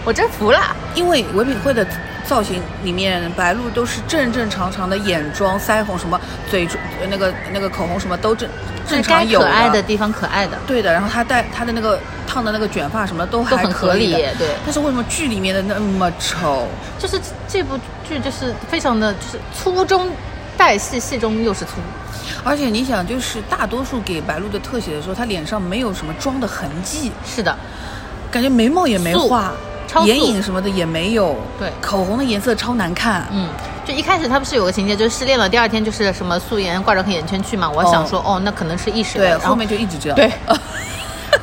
Speaker 1: 我真服了。
Speaker 2: 因为唯品会的造型里面，白鹿都是正正常常的眼妆、腮红什么、嘴唇、呃那个那个口红什么都正正
Speaker 1: 该
Speaker 2: 常有
Speaker 1: 可爱的地方可爱的，
Speaker 2: 对的，然后他戴他的那个烫的那个卷发什么都
Speaker 1: 都
Speaker 2: 还
Speaker 1: 很合
Speaker 2: 可以
Speaker 1: 理
Speaker 2: 的。，
Speaker 1: 对，
Speaker 2: 但是为什么剧里面的那么丑？
Speaker 1: 就是这部剧就是非常的就是粗中带细，细中又是粗，
Speaker 2: 而且你想，就是大多数给白鹿的特写的时候，她脸上没有什么妆的痕迹，
Speaker 1: 是的，
Speaker 2: 感觉眉毛也没画
Speaker 1: 素超，素
Speaker 2: 眼影什么的也没有，
Speaker 1: 对
Speaker 2: 口红的颜色超难看。
Speaker 1: 嗯。就一开始他不是有个情节，就是失恋了，第二天就是什么素颜挂着黑眼圈去嘛。我想说，哦那可能是一时的。
Speaker 2: 对，
Speaker 1: 然
Speaker 2: 后
Speaker 1: 后
Speaker 2: 面就一直这样。 <laughs>
Speaker 1: 对，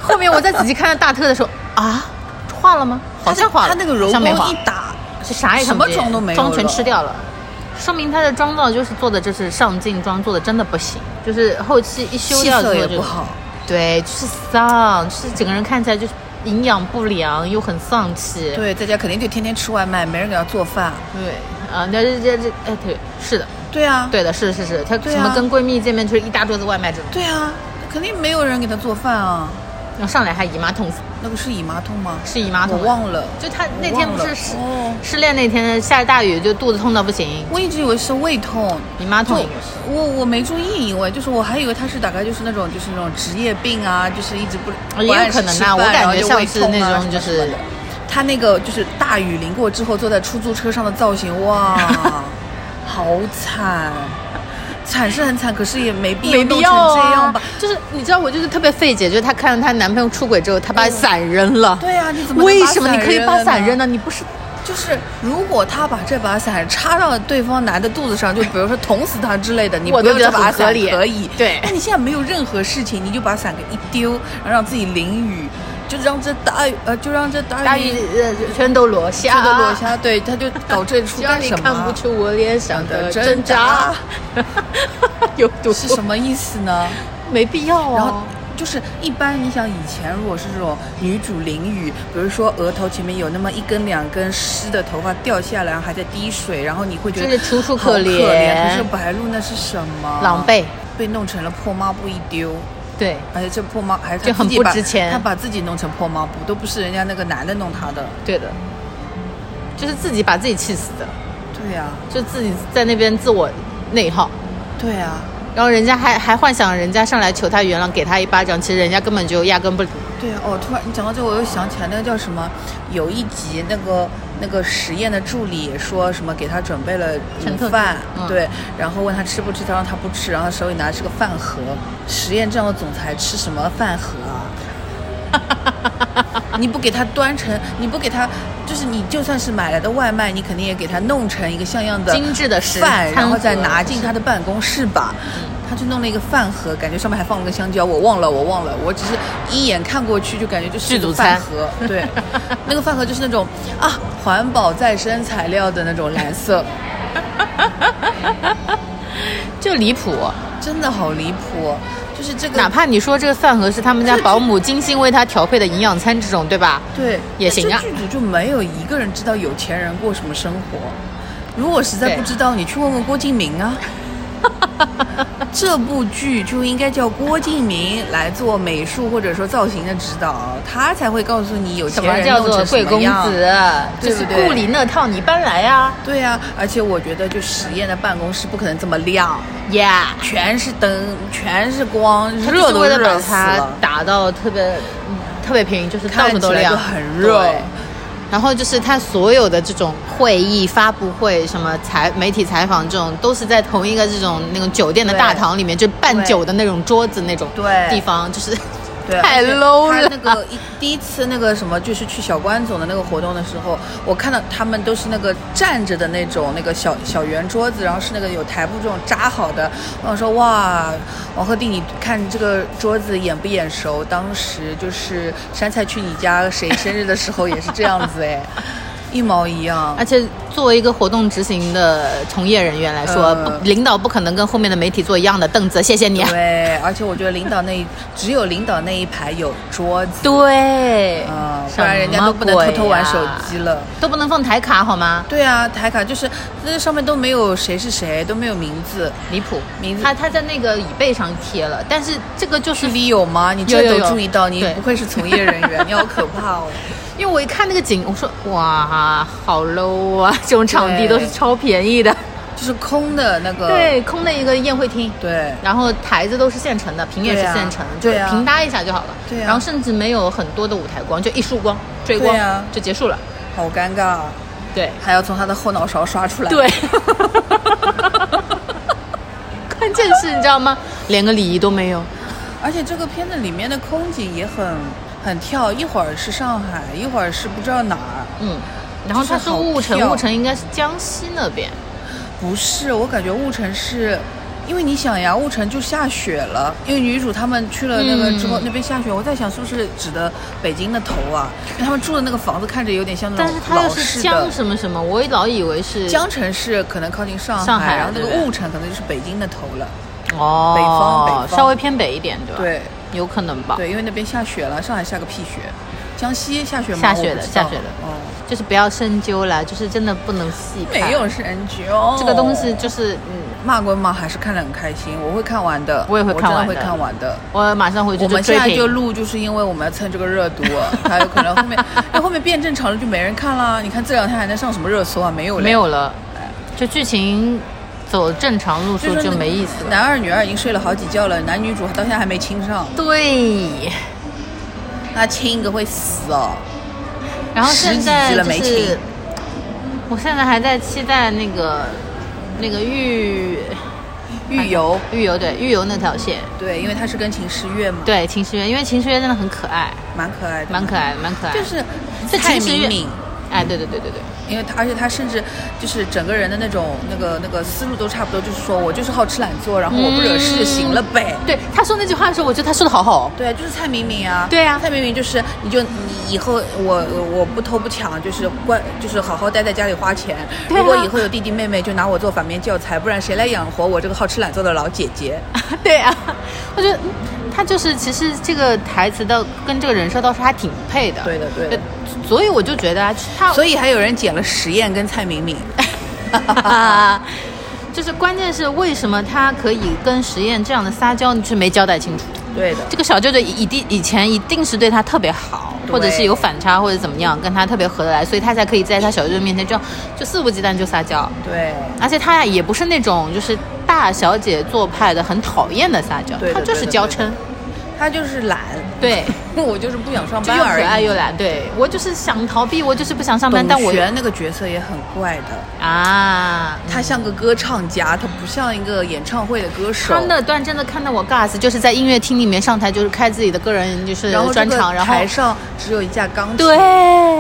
Speaker 1: 后面我再仔细看大特的时候，啊，化了吗？好像化了，
Speaker 2: 她那个柔
Speaker 1: 好像
Speaker 2: 光
Speaker 1: 没化
Speaker 2: 一，打，
Speaker 1: 是啥也看不见
Speaker 2: 什么妆都没有
Speaker 1: 妆全
Speaker 2: 了
Speaker 1: 吃掉了，说明他的妆造就是做的就是上镜妆做的真的不行，就是后期一修
Speaker 2: 气
Speaker 1: 掉之
Speaker 2: 色
Speaker 1: 后
Speaker 2: 也
Speaker 1: 就
Speaker 2: 不好。
Speaker 1: 对，就是丧，就是整个人看起来就是营养不良，又很丧气。
Speaker 2: 对，在家肯定就天天吃外卖，没人给她做饭。
Speaker 1: 对啊，那这这这，哎，对，是的，
Speaker 2: 对啊，
Speaker 1: 对的，是是是，她
Speaker 2: 对
Speaker 1: 什么
Speaker 2: 啊
Speaker 1: 跟闺蜜见面就是一大桌子外卖这种，
Speaker 2: 对啊，肯定没有人给她做饭啊。
Speaker 1: 然后上来还姨妈痛死，
Speaker 2: 那个是姨妈痛吗？
Speaker 1: 是姨妈痛
Speaker 2: 我。忘了。
Speaker 1: 就她那天不
Speaker 2: 我忘
Speaker 1: 是
Speaker 2: 了
Speaker 1: 失
Speaker 2: 哦
Speaker 1: 失恋那天下着大雨，就肚子痛到不行，
Speaker 2: 我一直以为是胃痛，
Speaker 1: 姨妈
Speaker 2: 就
Speaker 1: 痛应该是。
Speaker 2: 我我没注意，因为就是我还以为他是大概就是那种就是那种职业病啊，就是一直不
Speaker 1: 也
Speaker 2: 不按
Speaker 1: 有可
Speaker 2: 时
Speaker 1: 能
Speaker 2: 吃
Speaker 1: 呐
Speaker 2: 饭
Speaker 1: 我感
Speaker 2: 然后
Speaker 1: 觉
Speaker 2: 就
Speaker 1: 像
Speaker 2: 胃
Speaker 1: 是
Speaker 2: 痛
Speaker 1: 那
Speaker 2: 啊
Speaker 1: 种
Speaker 2: 什么
Speaker 1: 就
Speaker 2: 什么
Speaker 1: 是
Speaker 2: 的他那个就是大雨淋
Speaker 1: <laughs>
Speaker 2: 过之后坐在出租车上的造型，哇，好惨！惨是很惨，可是也没必要
Speaker 1: 没
Speaker 2: 弄
Speaker 1: 必
Speaker 2: 成
Speaker 1: 要
Speaker 2: 这
Speaker 1: 啊
Speaker 2: 样吧？
Speaker 1: 就是你知道，我就是特别费解，就是她看到她男朋友出轨之后，她把伞扔了。
Speaker 2: 对啊你怎么能
Speaker 1: 为
Speaker 2: 把
Speaker 1: 什么
Speaker 2: 伞
Speaker 1: 你可以把
Speaker 2: 扔了
Speaker 1: 伞
Speaker 2: 呢
Speaker 1: 扔呢？你不是
Speaker 2: 就是如果他把这把伞插到对方男的肚子上，就比如说捅死他之类的，你
Speaker 1: 我
Speaker 2: 不
Speaker 1: 都
Speaker 2: 用
Speaker 1: 觉得
Speaker 2: 这把
Speaker 1: 很合
Speaker 2: 伞
Speaker 1: 理
Speaker 2: 可以。
Speaker 1: 对
Speaker 2: 那你现在没有任何事情，你就把伞给一丢，然后让自己淋雨，就让这大雨呃，就让这大雨
Speaker 1: 大雨呃全都落下，
Speaker 2: 这个落下，对，他就搞这
Speaker 1: <laughs>
Speaker 2: 出
Speaker 1: 只要
Speaker 2: 干
Speaker 1: 你
Speaker 2: 什么
Speaker 1: 看
Speaker 2: 啊
Speaker 1: 不？出我脸上的
Speaker 2: 的
Speaker 1: 挣
Speaker 2: 挣
Speaker 1: 扎
Speaker 2: 扎，
Speaker 1: <laughs> 有毒
Speaker 2: 是什么意思呢？
Speaker 1: 没必要啊。
Speaker 2: 然后就是一般，你想以前如果是这种女主淋雨，比如说额头前面有那么一根两根湿的头发掉下来，然后还在滴水，然后你会觉得
Speaker 1: 这是楚楚
Speaker 2: 好
Speaker 1: 可
Speaker 2: 可
Speaker 1: 怜
Speaker 2: 可是白鹿那是什么？
Speaker 1: 狼狈，
Speaker 2: 被弄成了破抹布一丢。
Speaker 1: 对，
Speaker 2: 而且这破抹还是他
Speaker 1: 就很
Speaker 2: 自己把
Speaker 1: 不值钱
Speaker 2: 他把自己弄成破抹布，都不是人家那个男的弄他的。
Speaker 1: 对的，就是自己把自己气死的，
Speaker 2: 对啊呀、
Speaker 1: 就自己在那边自我内耗，
Speaker 2: 对呀、
Speaker 1: 然后人家还还幻想人家上来求他原谅，给他一巴掌，其实人家根本就压根不理。
Speaker 2: 对啊，哦，突然你讲到这，我又想起来那个叫什么，有一集那个那个实验的助理也说什么给他准备了
Speaker 1: 陈
Speaker 2: 午
Speaker 1: 特
Speaker 2: 饭，
Speaker 1: 嗯
Speaker 2: 对，然后问他吃不吃，他说他不吃，然后手里拿的是个饭盒。实验这样的总裁吃什么饭盒啊？ <laughs> 你不给他端成，你不给他，就是你就算是买来的外卖，你肯定也给他弄成一个像样的
Speaker 1: 精致的食
Speaker 2: 饭，
Speaker 1: 餐
Speaker 2: 然后再
Speaker 1: 盒
Speaker 2: 拿进他的办公室吧。他就弄了一个饭盒，感觉上面还放了个香蕉，我忘了，我忘了，我只是一眼看过去就感觉就是
Speaker 1: 剧
Speaker 2: 一个
Speaker 1: 组餐
Speaker 2: 饭盒，对，
Speaker 1: <laughs>
Speaker 2: 那个饭盒就是那种啊环保再生材料的那种蓝色，
Speaker 1: 就离谱，
Speaker 2: 真的好离谱哦，就是这个
Speaker 1: 哪怕你说这个饭盒是他们家保姆精心为他调配的营养餐，这种对吧？
Speaker 2: 对
Speaker 1: 也行啊
Speaker 2: 这剧组就没有一个人知道有钱人过什么生活，如果实在
Speaker 1: 对
Speaker 2: 不知道，你去问问郭敬
Speaker 1: <laughs>
Speaker 2: 明啊。这部剧就应该叫郭敬明来做美术或者说造型的指导，他才会告诉你有
Speaker 1: 什
Speaker 2: 钱
Speaker 1: 么
Speaker 2: 人
Speaker 1: 叫
Speaker 2: 弄
Speaker 1: 做
Speaker 2: 成什
Speaker 1: 贵
Speaker 2: 么
Speaker 1: 公
Speaker 2: 样。
Speaker 1: 子？
Speaker 2: 对
Speaker 1: 就是
Speaker 2: 不对
Speaker 1: 顾里那套你搬来啊呀、
Speaker 2: 对呀、而且我觉得就实验的办公室不可能这么亮，
Speaker 1: 呀、yeah。
Speaker 2: 全是灯，全是光，
Speaker 1: 他
Speaker 2: 热
Speaker 1: 就是
Speaker 2: 都
Speaker 1: 为了把
Speaker 2: 热死
Speaker 1: 它
Speaker 2: 了，
Speaker 1: 打到特别、嗯特别平，就是到
Speaker 2: 看
Speaker 1: 处
Speaker 2: 起
Speaker 1: 都
Speaker 2: 来
Speaker 1: 亮，
Speaker 2: 就很热。
Speaker 1: 对然后就是他所有的这种会议、发布会、什么采媒体采访这种，都是在同一个这种那种酒店的
Speaker 2: 对
Speaker 1: 大堂里面，就是办
Speaker 2: 对
Speaker 1: 酒的那种桌子那种
Speaker 2: 对
Speaker 1: 地方，就是 <laughs>
Speaker 2: 对，
Speaker 1: 太
Speaker 2: 而且
Speaker 1: low 了。
Speaker 2: 他那个一第一次那个什么，就是去小关总的那个活动的时候，我看到他们都是那个站着的那种那个小小圆桌子，然后是那个有台布这种扎好的。我想说哇，王鹤棣，你看这个桌子眼不眼熟？当时就是杉菜去你家谁生日的时候也是这样子哎，一毛一样
Speaker 1: 而。且作为一个活动执行的从业人员来说，
Speaker 2: 嗯
Speaker 1: 不领导不可能跟后面的媒体坐一样的凳子，谢谢你啊。
Speaker 2: 对，而且我觉得领导那一只有领导那一排有桌子，
Speaker 1: 对，
Speaker 2: 嗯，
Speaker 1: 什
Speaker 2: 不然人家都不能
Speaker 1: 么鬼啊
Speaker 2: 偷偷玩手
Speaker 1: 呀
Speaker 2: 机了。
Speaker 1: 都不能放台卡好吗？
Speaker 2: 对啊，台卡就是那上面都没有谁是谁，都没有名字。
Speaker 1: 离谱，
Speaker 2: 名字
Speaker 1: 他他在那个椅背上贴了，但是这个就是
Speaker 2: 剧里
Speaker 1: <laughs>
Speaker 2: 有吗？你
Speaker 1: 有
Speaker 2: 这
Speaker 1: 有
Speaker 2: 都
Speaker 1: 有
Speaker 2: 注意到，你
Speaker 1: 对
Speaker 2: 不愧是从业人
Speaker 1: <laughs>
Speaker 2: 员，你好可怕哦！
Speaker 1: 因为我一看那个景，我说哇，好 low 啊！ <laughs> 这种场地
Speaker 2: 对
Speaker 1: 都是超便宜的，
Speaker 2: 就是空的那个，
Speaker 1: 对，空的一个宴会厅，
Speaker 2: 对
Speaker 1: 然后台子都是现成的，屏也是
Speaker 2: 对啊
Speaker 1: 现成，
Speaker 2: 对啊
Speaker 1: 平搭一下就好了，
Speaker 2: 对啊
Speaker 1: 然后甚至没有很多的舞台光，就一束光追光、
Speaker 2: 对啊
Speaker 1: 就结束了，
Speaker 2: 好尴尬，
Speaker 1: 对
Speaker 2: 还要从他的后脑勺刷出来。
Speaker 1: <laughs> 对。关键是你知道吗？连个礼仪都
Speaker 2: 嗯
Speaker 1: 没有，
Speaker 2: 而且这个片子里面的空景也很很跳，一会儿是上海，一会儿是不知道哪儿。
Speaker 1: 嗯，然后
Speaker 2: 就是
Speaker 1: 他说
Speaker 2: 好
Speaker 1: 雾城，
Speaker 2: 跳
Speaker 1: 雾城应该是江西那边，
Speaker 2: 不是，我感觉雾城是，因为你想呀，雾城就下雪了，因为女主他们去了那个之后，
Speaker 1: 嗯
Speaker 2: 那边下雪，我在想是不是指的北京的头啊？因为他们住的那个房子看着有点像那
Speaker 1: 但是
Speaker 2: 种
Speaker 1: 它
Speaker 2: 嗯老
Speaker 1: 又
Speaker 2: 式
Speaker 1: 是
Speaker 2: 的
Speaker 1: 江。什么什么，我老以为是
Speaker 2: 江城市可能靠近上海，
Speaker 1: 上海
Speaker 2: 然后那个
Speaker 1: 对不对
Speaker 2: 雾城可能就是北京的头了。
Speaker 1: 哦，
Speaker 2: 北方北方
Speaker 1: 稍微偏北一点，对吧？
Speaker 2: 对
Speaker 1: 有可能吧。
Speaker 2: 对，因为那边下雪了，上海下个屁雪，江西下雪吗？
Speaker 1: 下雪的
Speaker 2: 我不知
Speaker 1: 下
Speaker 2: 道
Speaker 1: 雪的
Speaker 2: 哦，
Speaker 1: 就是不要深究了，就是真的不能细看。
Speaker 2: 没有深究
Speaker 1: 嗯这个东西，就是嗯，
Speaker 2: 骂归骂，还是看得很开心，我会看完的，
Speaker 1: 我也会看完
Speaker 2: 我真的
Speaker 1: 的
Speaker 2: 会看完的。
Speaker 1: 我马上回去
Speaker 2: 我
Speaker 1: 就
Speaker 2: 们
Speaker 1: 追
Speaker 2: 现在就
Speaker 1: 评。
Speaker 2: 录，就是因为我们要蹭这个热度，啊还有可能后面，那后面变正常了就没人看了。你看这两天还能上什么热搜啊？没有嘞，
Speaker 1: 没有了，就剧情走正常路
Speaker 2: 就
Speaker 1: 数
Speaker 2: 是
Speaker 1: 就没意思了。
Speaker 2: 男二女二已经睡了好几觉了，男女主到现在还没亲上，
Speaker 1: 对，
Speaker 2: 那亲一个会死哦。
Speaker 1: 然后
Speaker 2: 十
Speaker 1: 现
Speaker 2: 几
Speaker 1: 在
Speaker 2: 集了
Speaker 1: 就
Speaker 2: 没
Speaker 1: 是
Speaker 2: 停，
Speaker 1: 我现在还在期待那个那个玉
Speaker 2: 狱游，
Speaker 1: 狱游对狱游那条线，
Speaker 2: 对，因为它是跟秦时月嘛，
Speaker 1: 对秦时月，因为秦时月真的很可爱，
Speaker 2: 蛮可爱的，
Speaker 1: 蛮可爱的，蛮可爱的，
Speaker 2: 就是
Speaker 1: 这
Speaker 2: 蔡
Speaker 1: 秦时
Speaker 2: 明
Speaker 1: 月
Speaker 2: 明，
Speaker 1: 哎，对对对对对，
Speaker 2: 因为他，而且他甚至就是整个人的那种那个那个思路都差不多，就是说我就是好吃懒做，然后我不惹
Speaker 1: 嗯
Speaker 2: 事就行了呗。
Speaker 1: 对他说那句话的时候，我觉得他说的好好哦，
Speaker 2: 对，就是蔡明明啊，
Speaker 1: 对啊
Speaker 2: 蔡明明就是你就你以后我我不偷不抢，就是关就是好好待在家里花钱。
Speaker 1: 对啊
Speaker 2: 如果以后有弟弟妹妹，就拿我做反面教材，不然谁来养活我这个好吃懒做的老姐
Speaker 1: <laughs>
Speaker 2: 姐？
Speaker 1: 对啊，我觉得嗯他就是其实这个台词的跟这个人设倒是还挺配的，
Speaker 2: 对的对的
Speaker 1: 呃所以我就觉得啊他
Speaker 2: 所以还有人剪了实验跟蔡明明，
Speaker 1: <laughs> 就是关键是为什么他可以跟实验这样的撒娇，你是没交代清楚。
Speaker 2: 对的，
Speaker 1: 这个小舅舅一定以前一定是对他特别好，
Speaker 2: 对
Speaker 1: 或者是有反差或者怎么样，跟他特别合得来，所以他才可以在他小舅舅面前就就肆无忌惮就撒娇。
Speaker 2: 对
Speaker 1: 而且他也不是那种就是大小姐做派的很讨厌的撒娇
Speaker 2: 对，的
Speaker 1: 他就是娇嗔，
Speaker 2: 他就是懒， <laughs>
Speaker 1: 对， <laughs>
Speaker 2: 我就是不想上
Speaker 1: 就
Speaker 2: 班
Speaker 1: 又
Speaker 2: 而
Speaker 1: 可爱
Speaker 2: 已。
Speaker 1: 又懒。对我就是想逃避，我就是不想上班，但
Speaker 2: 董
Speaker 1: 我
Speaker 2: 璇那个角色也很怪的。
Speaker 1: 啊，
Speaker 2: 他像个歌唱家，他不像一个演唱会的歌手。
Speaker 1: 他那段真的看得我尬死，就是在音乐厅里面上台，就是开自己的个人就是
Speaker 2: 然后这
Speaker 1: 专
Speaker 2: 个
Speaker 1: 场，然后
Speaker 2: 台上只有一架钢琴，
Speaker 1: 对，，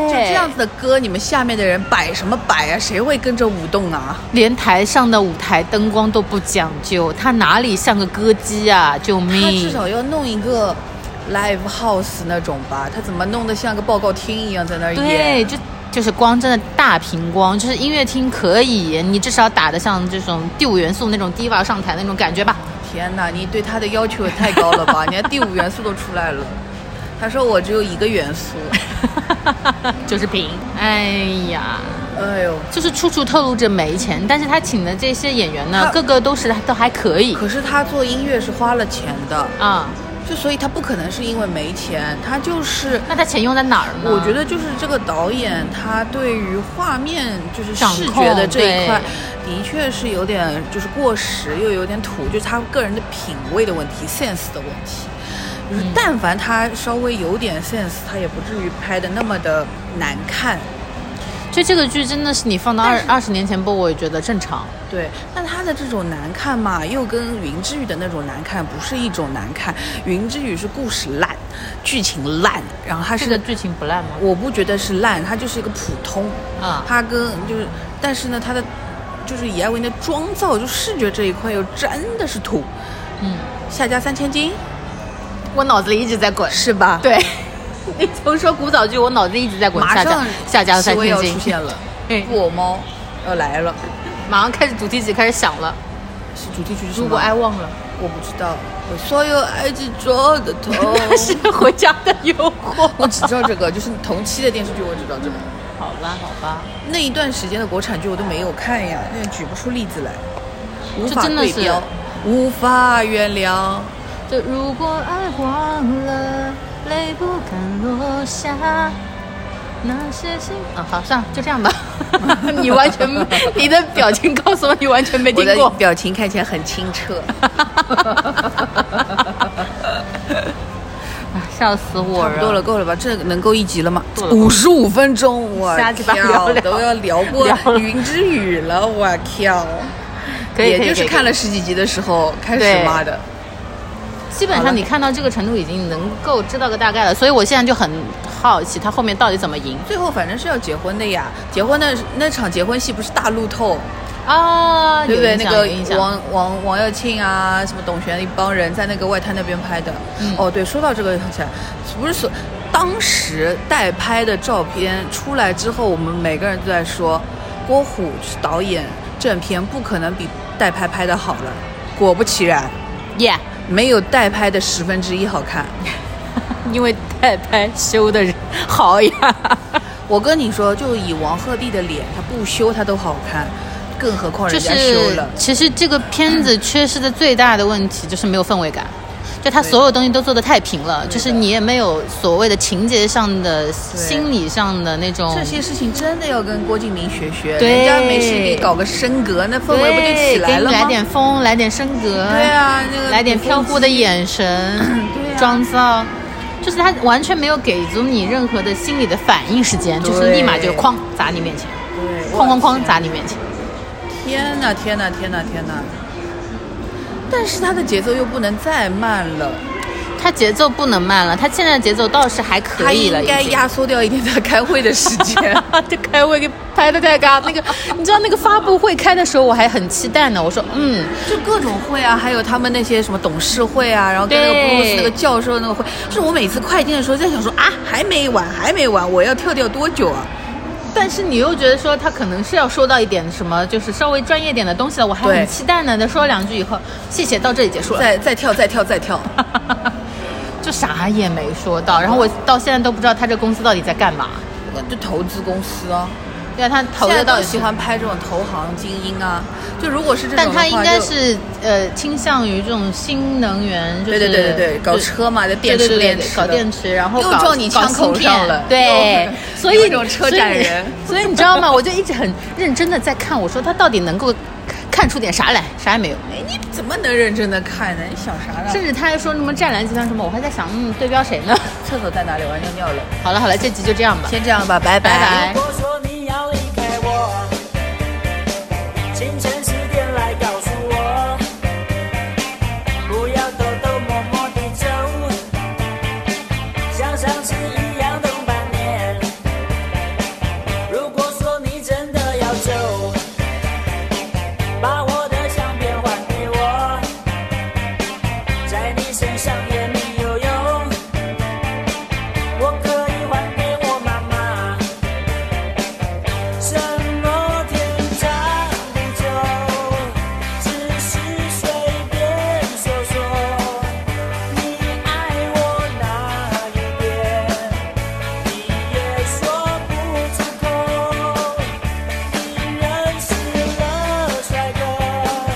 Speaker 2: 就这样子的歌，你们下面的人摆什么摆啊？谁会跟着舞动啊？
Speaker 1: 连台上的舞台灯光都不讲究，他哪里像个歌姬啊？救
Speaker 2: 他
Speaker 1: 命！
Speaker 2: 至少要弄一个 live house 那种吧，他怎么弄得像个报告厅一样在那儿
Speaker 1: 对，
Speaker 2: 演？
Speaker 1: 就就是光真的大屏光，就是音乐厅可以，你至少打得像这种第五元素那种 diva 上台那种感觉吧。 <laughs>
Speaker 2: 天哪，你对他的要求也太高了吧？你看第五元素都出来了，他说我只有一个元素，
Speaker 1: 就是平，哎呀，
Speaker 2: 哎呦。
Speaker 1: 就是处处透露着没钱，但是他请的这些演员呢
Speaker 2: 他，
Speaker 1: 个个都是都还可以
Speaker 2: 可是他做音乐是花了钱的，
Speaker 1: 啊、
Speaker 2: 就所以他不可能是因为没钱，他就是
Speaker 1: 那他钱用在哪儿呢？
Speaker 2: 我觉得就是这个导演他对于画面就是
Speaker 1: 掌
Speaker 2: 视
Speaker 1: 控
Speaker 2: 觉的这一块
Speaker 1: 对，
Speaker 2: 的确是有点就是过时又有点土，就是他个人的品味的问题、sense 的问题。就是
Speaker 1: 嗯
Speaker 2: 但凡他稍微有点 sense，他也不至于拍的那么的难看。
Speaker 1: 就这个剧真的是你放到
Speaker 2: 但
Speaker 1: 二
Speaker 2: 是
Speaker 1: 二十年前播，我也觉得正常。
Speaker 2: 对，但他的这种难看嘛，又跟云之羽的那种难看不是一种难看。云之羽是故事烂，剧情烂，然后他
Speaker 1: 这
Speaker 2: 是
Speaker 1: 个剧情不烂吗？
Speaker 2: 我不觉得是烂，它就是一个普通。
Speaker 1: 啊
Speaker 2: 它跟就是，但是呢，它的就是以爱为的妆造，就视觉这一块又真的是土。
Speaker 1: 嗯，
Speaker 2: 下家三千金
Speaker 1: 我脑子里一直在滚。
Speaker 2: 是吧？，
Speaker 1: 对， <laughs> 你从说古早剧，我脑子一直在滚。
Speaker 2: 马
Speaker 1: 下家
Speaker 2: 上
Speaker 1: 下家三
Speaker 2: 戚薇
Speaker 1: 千
Speaker 2: 要
Speaker 1: 金嗯
Speaker 2: 出现
Speaker 1: <laughs>
Speaker 2: 了，
Speaker 1: 对，
Speaker 2: 布偶猫要来了，
Speaker 1: 马上开始主题曲开始响了。
Speaker 2: 是主题曲是什么
Speaker 1: 如果爱忘 <laughs> 了，
Speaker 2: 我不知道，我所有爱只做的痛。
Speaker 1: 那 <laughs> 是回家的诱惑。
Speaker 2: 我只知道这个，就是同期的电视剧，我只知道这个。
Speaker 1: 好吧，好吧，
Speaker 2: 那一段时间的国产剧我都没有看呀，那举不出例子来，无
Speaker 1: 这
Speaker 2: 法
Speaker 1: 真的
Speaker 2: 对
Speaker 1: 是
Speaker 2: 标，无法原谅。
Speaker 1: 就如果爱忘了，泪不敢落下。那些心啊，好，算了，就这样 <laughs> 吧。你完全，你的表情告诉我你完全没
Speaker 2: 我
Speaker 1: 哎听
Speaker 2: 的
Speaker 1: 过。
Speaker 2: 表情看起来很清
Speaker 1: <laughs>
Speaker 2: 澈，
Speaker 1: 啊笑死我
Speaker 2: 差不多了，
Speaker 1: 了。
Speaker 2: 够了吧？这能够一集了吗
Speaker 1: 够？了够了
Speaker 2: 五十五分钟，我
Speaker 1: 瞎鸡巴
Speaker 2: 跳
Speaker 1: 聊聊
Speaker 2: 都要聊过
Speaker 1: 聊了
Speaker 2: 云之羽了，我跳！
Speaker 1: 可以，可以
Speaker 2: 也就
Speaker 1: 可
Speaker 2: 是
Speaker 1: 以
Speaker 2: 看了十几集的时候开始
Speaker 1: 对
Speaker 2: 骂的，
Speaker 1: 基本上你看到这个程度已经能够知道个大概了，所以我现在就很好奇他后面到底怎么赢
Speaker 2: 最后反正是要结婚的呀。结婚的那场结婚戏不是大路透，
Speaker 1: 啊，
Speaker 2: 对不对？
Speaker 1: 有印
Speaker 2: 那
Speaker 1: 象有
Speaker 2: 个
Speaker 1: 印象
Speaker 2: 王王王耀庆啊，什么董璇一帮人在那个外滩那边拍的。
Speaker 1: 嗯
Speaker 2: 哦，对，说到这个想起来，不是所当时代拍的照片出来之后，我们每个人都在说，郭虎是导演正片不可能比代拍拍的好了。果不其然，
Speaker 1: ，Yeah，
Speaker 2: 没有代拍的十分之一好看。
Speaker 1: 因为太拍修的人好呀，
Speaker 2: <laughs> 我跟你说，就以王鹤棣的脸，他不修他都好看，更何况
Speaker 1: 就
Speaker 2: 人家修
Speaker 1: 是
Speaker 2: 了。
Speaker 1: 其实这个片子缺失的最大的问题就是没有氛围感。就他所有东西都做的太平了，就是你也没有所谓的情节上的、心理上的那种
Speaker 2: 这些事情真的要跟郭敬明学学，
Speaker 1: 哦对
Speaker 2: 人家没事给你搞个升格，那氛围不就起来
Speaker 1: 对给你
Speaker 2: 了
Speaker 1: 来
Speaker 2: 吗？
Speaker 1: 点风，来点升格，
Speaker 2: 对啊那个
Speaker 1: 来点飘忽的眼神，
Speaker 2: 对啊
Speaker 1: 妆造，就是他完全没有给足你任何的心理的反应时间，就是立马就
Speaker 2: 对
Speaker 1: 哐砸你面前，
Speaker 2: 对
Speaker 1: 哐哐哐
Speaker 2: 哇
Speaker 1: 砸你面前，
Speaker 2: 天哪，天哪，天哪，天哪！但是它的节奏又不能再慢了，
Speaker 1: 它节奏不能慢了，它现在节奏倒是还可
Speaker 2: 它
Speaker 1: 以
Speaker 2: 应
Speaker 1: 了，
Speaker 2: 该
Speaker 1: 已经
Speaker 2: 压缩掉一点它开会的时
Speaker 1: <laughs>
Speaker 2: 间。
Speaker 1: 这开会给拍的太尬，那个你知道那个发布会开的时候我还很期待呢，我说嗯，
Speaker 2: 就各种会啊，还有他们那些什么董事会啊，然后跟那个布鲁斯
Speaker 1: 对
Speaker 2: 那个教授那个会，就是我每次快进的时候在想说啊，还没完，还没完，我要跳掉多久啊？
Speaker 1: 但是你又觉得说他可能是要说到一点什么，就是稍微专业点的东西了，我还
Speaker 2: 对
Speaker 1: 很期待呢。再说两句以后，谢谢，到这里结束了，
Speaker 2: 再再跳，再跳，
Speaker 1: <laughs>
Speaker 2: 再跳。
Speaker 1: 就啥也没说到。然后我到现在都不知道他这公司到底在干嘛。
Speaker 2: 就投资公司啊，
Speaker 1: 对啊，他投
Speaker 2: 现在
Speaker 1: 的到
Speaker 2: 都
Speaker 1: 底
Speaker 2: 喜
Speaker 1: 是，
Speaker 2: 欢拍这种投行精英啊。就如果是这种
Speaker 1: 但
Speaker 2: 的话，
Speaker 1: 他应该
Speaker 2: 就是
Speaker 1: 呃倾向于这种新能源，就是
Speaker 2: 对对对对对，搞车嘛，就电
Speaker 1: 对
Speaker 2: 池
Speaker 1: 对对
Speaker 2: 电
Speaker 1: 对
Speaker 2: 池
Speaker 1: 搞
Speaker 2: 的
Speaker 1: 电池，然后
Speaker 2: 又
Speaker 1: 搞
Speaker 2: 撞你
Speaker 1: 搞
Speaker 2: 枪口
Speaker 1: 芯片
Speaker 2: 上了
Speaker 1: 对
Speaker 2: 又，
Speaker 1: 所
Speaker 2: <laughs> 有
Speaker 1: 以
Speaker 2: 一种车展人
Speaker 1: 所以你，所以 <laughs> 你知道吗？我就一直很认真的在看，我说他到底能够看出点啥来，啥也没有。
Speaker 2: 哎，你怎么能认真的看呢？你想啥呢？
Speaker 1: 甚至他还说什么湛蓝集团什么，我还在想，嗯，对标谁呢？ <laughs>
Speaker 2: 厕所在哪里？我要尿尿了。
Speaker 1: 好了好了，这集就这样吧，
Speaker 2: 先这样吧，拜
Speaker 1: 拜拜。
Speaker 3: 如果说你要离开我，清晨十点来告诉我，不要偷偷摸摸地走，像上次一样等半年。如果说你真的要走，把我的相片还给我，在你身上也没有用，我可以还给我妈妈。什么天长地久，只是随便说说。你爱我哪一点，你也说不出口。你认识了帅哥，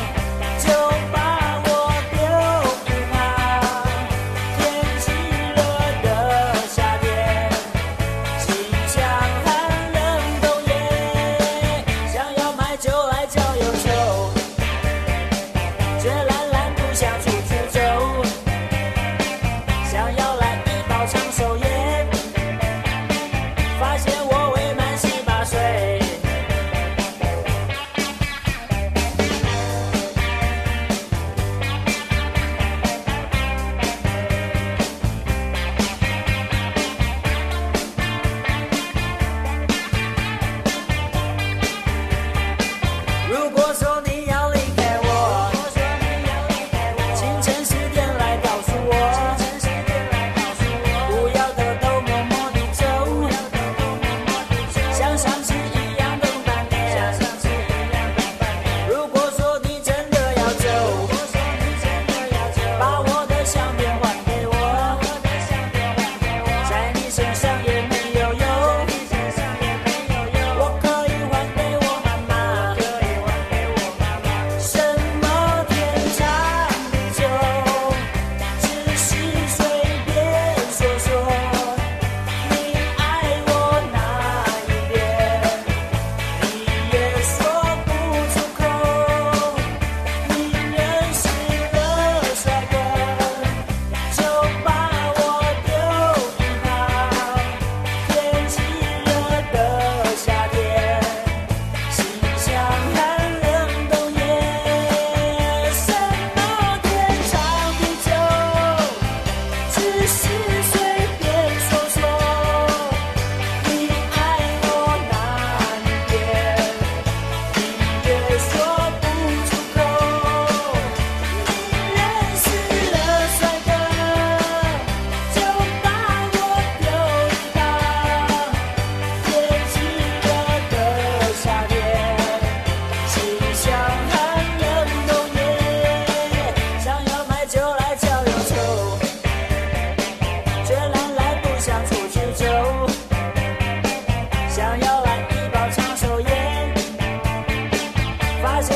Speaker 3: 就把我丢给他。天气热的夏天。心想寒冷冬夜，想要买酒来浇忧愁，却懒懒不想出去走。想要来一包长寿烟，发现我未满十八岁。如果说你要离开我，清晨十点来告诉我，不要偷偷摸摸地走，像上次一样等半年。如果说你真的要走，把我的相片还给我，在你身上也没有用。我可以还给我妈妈，什么天长地久，只是随便说说。你爱我哪一点，你也说不出口。你认识了帅哥，就把我丢给他。天气热的夏天，心想寒冷冬夜，什么天长地久，只是随便说说。你爱我哪一点，你也说不出口。你认识了帅哥。就把我丢给他，天气热的夏天，心想寒冷冬夜，想要买酒来浇忧愁，却懒懒不想出去走，想要来一包长寿烟，发现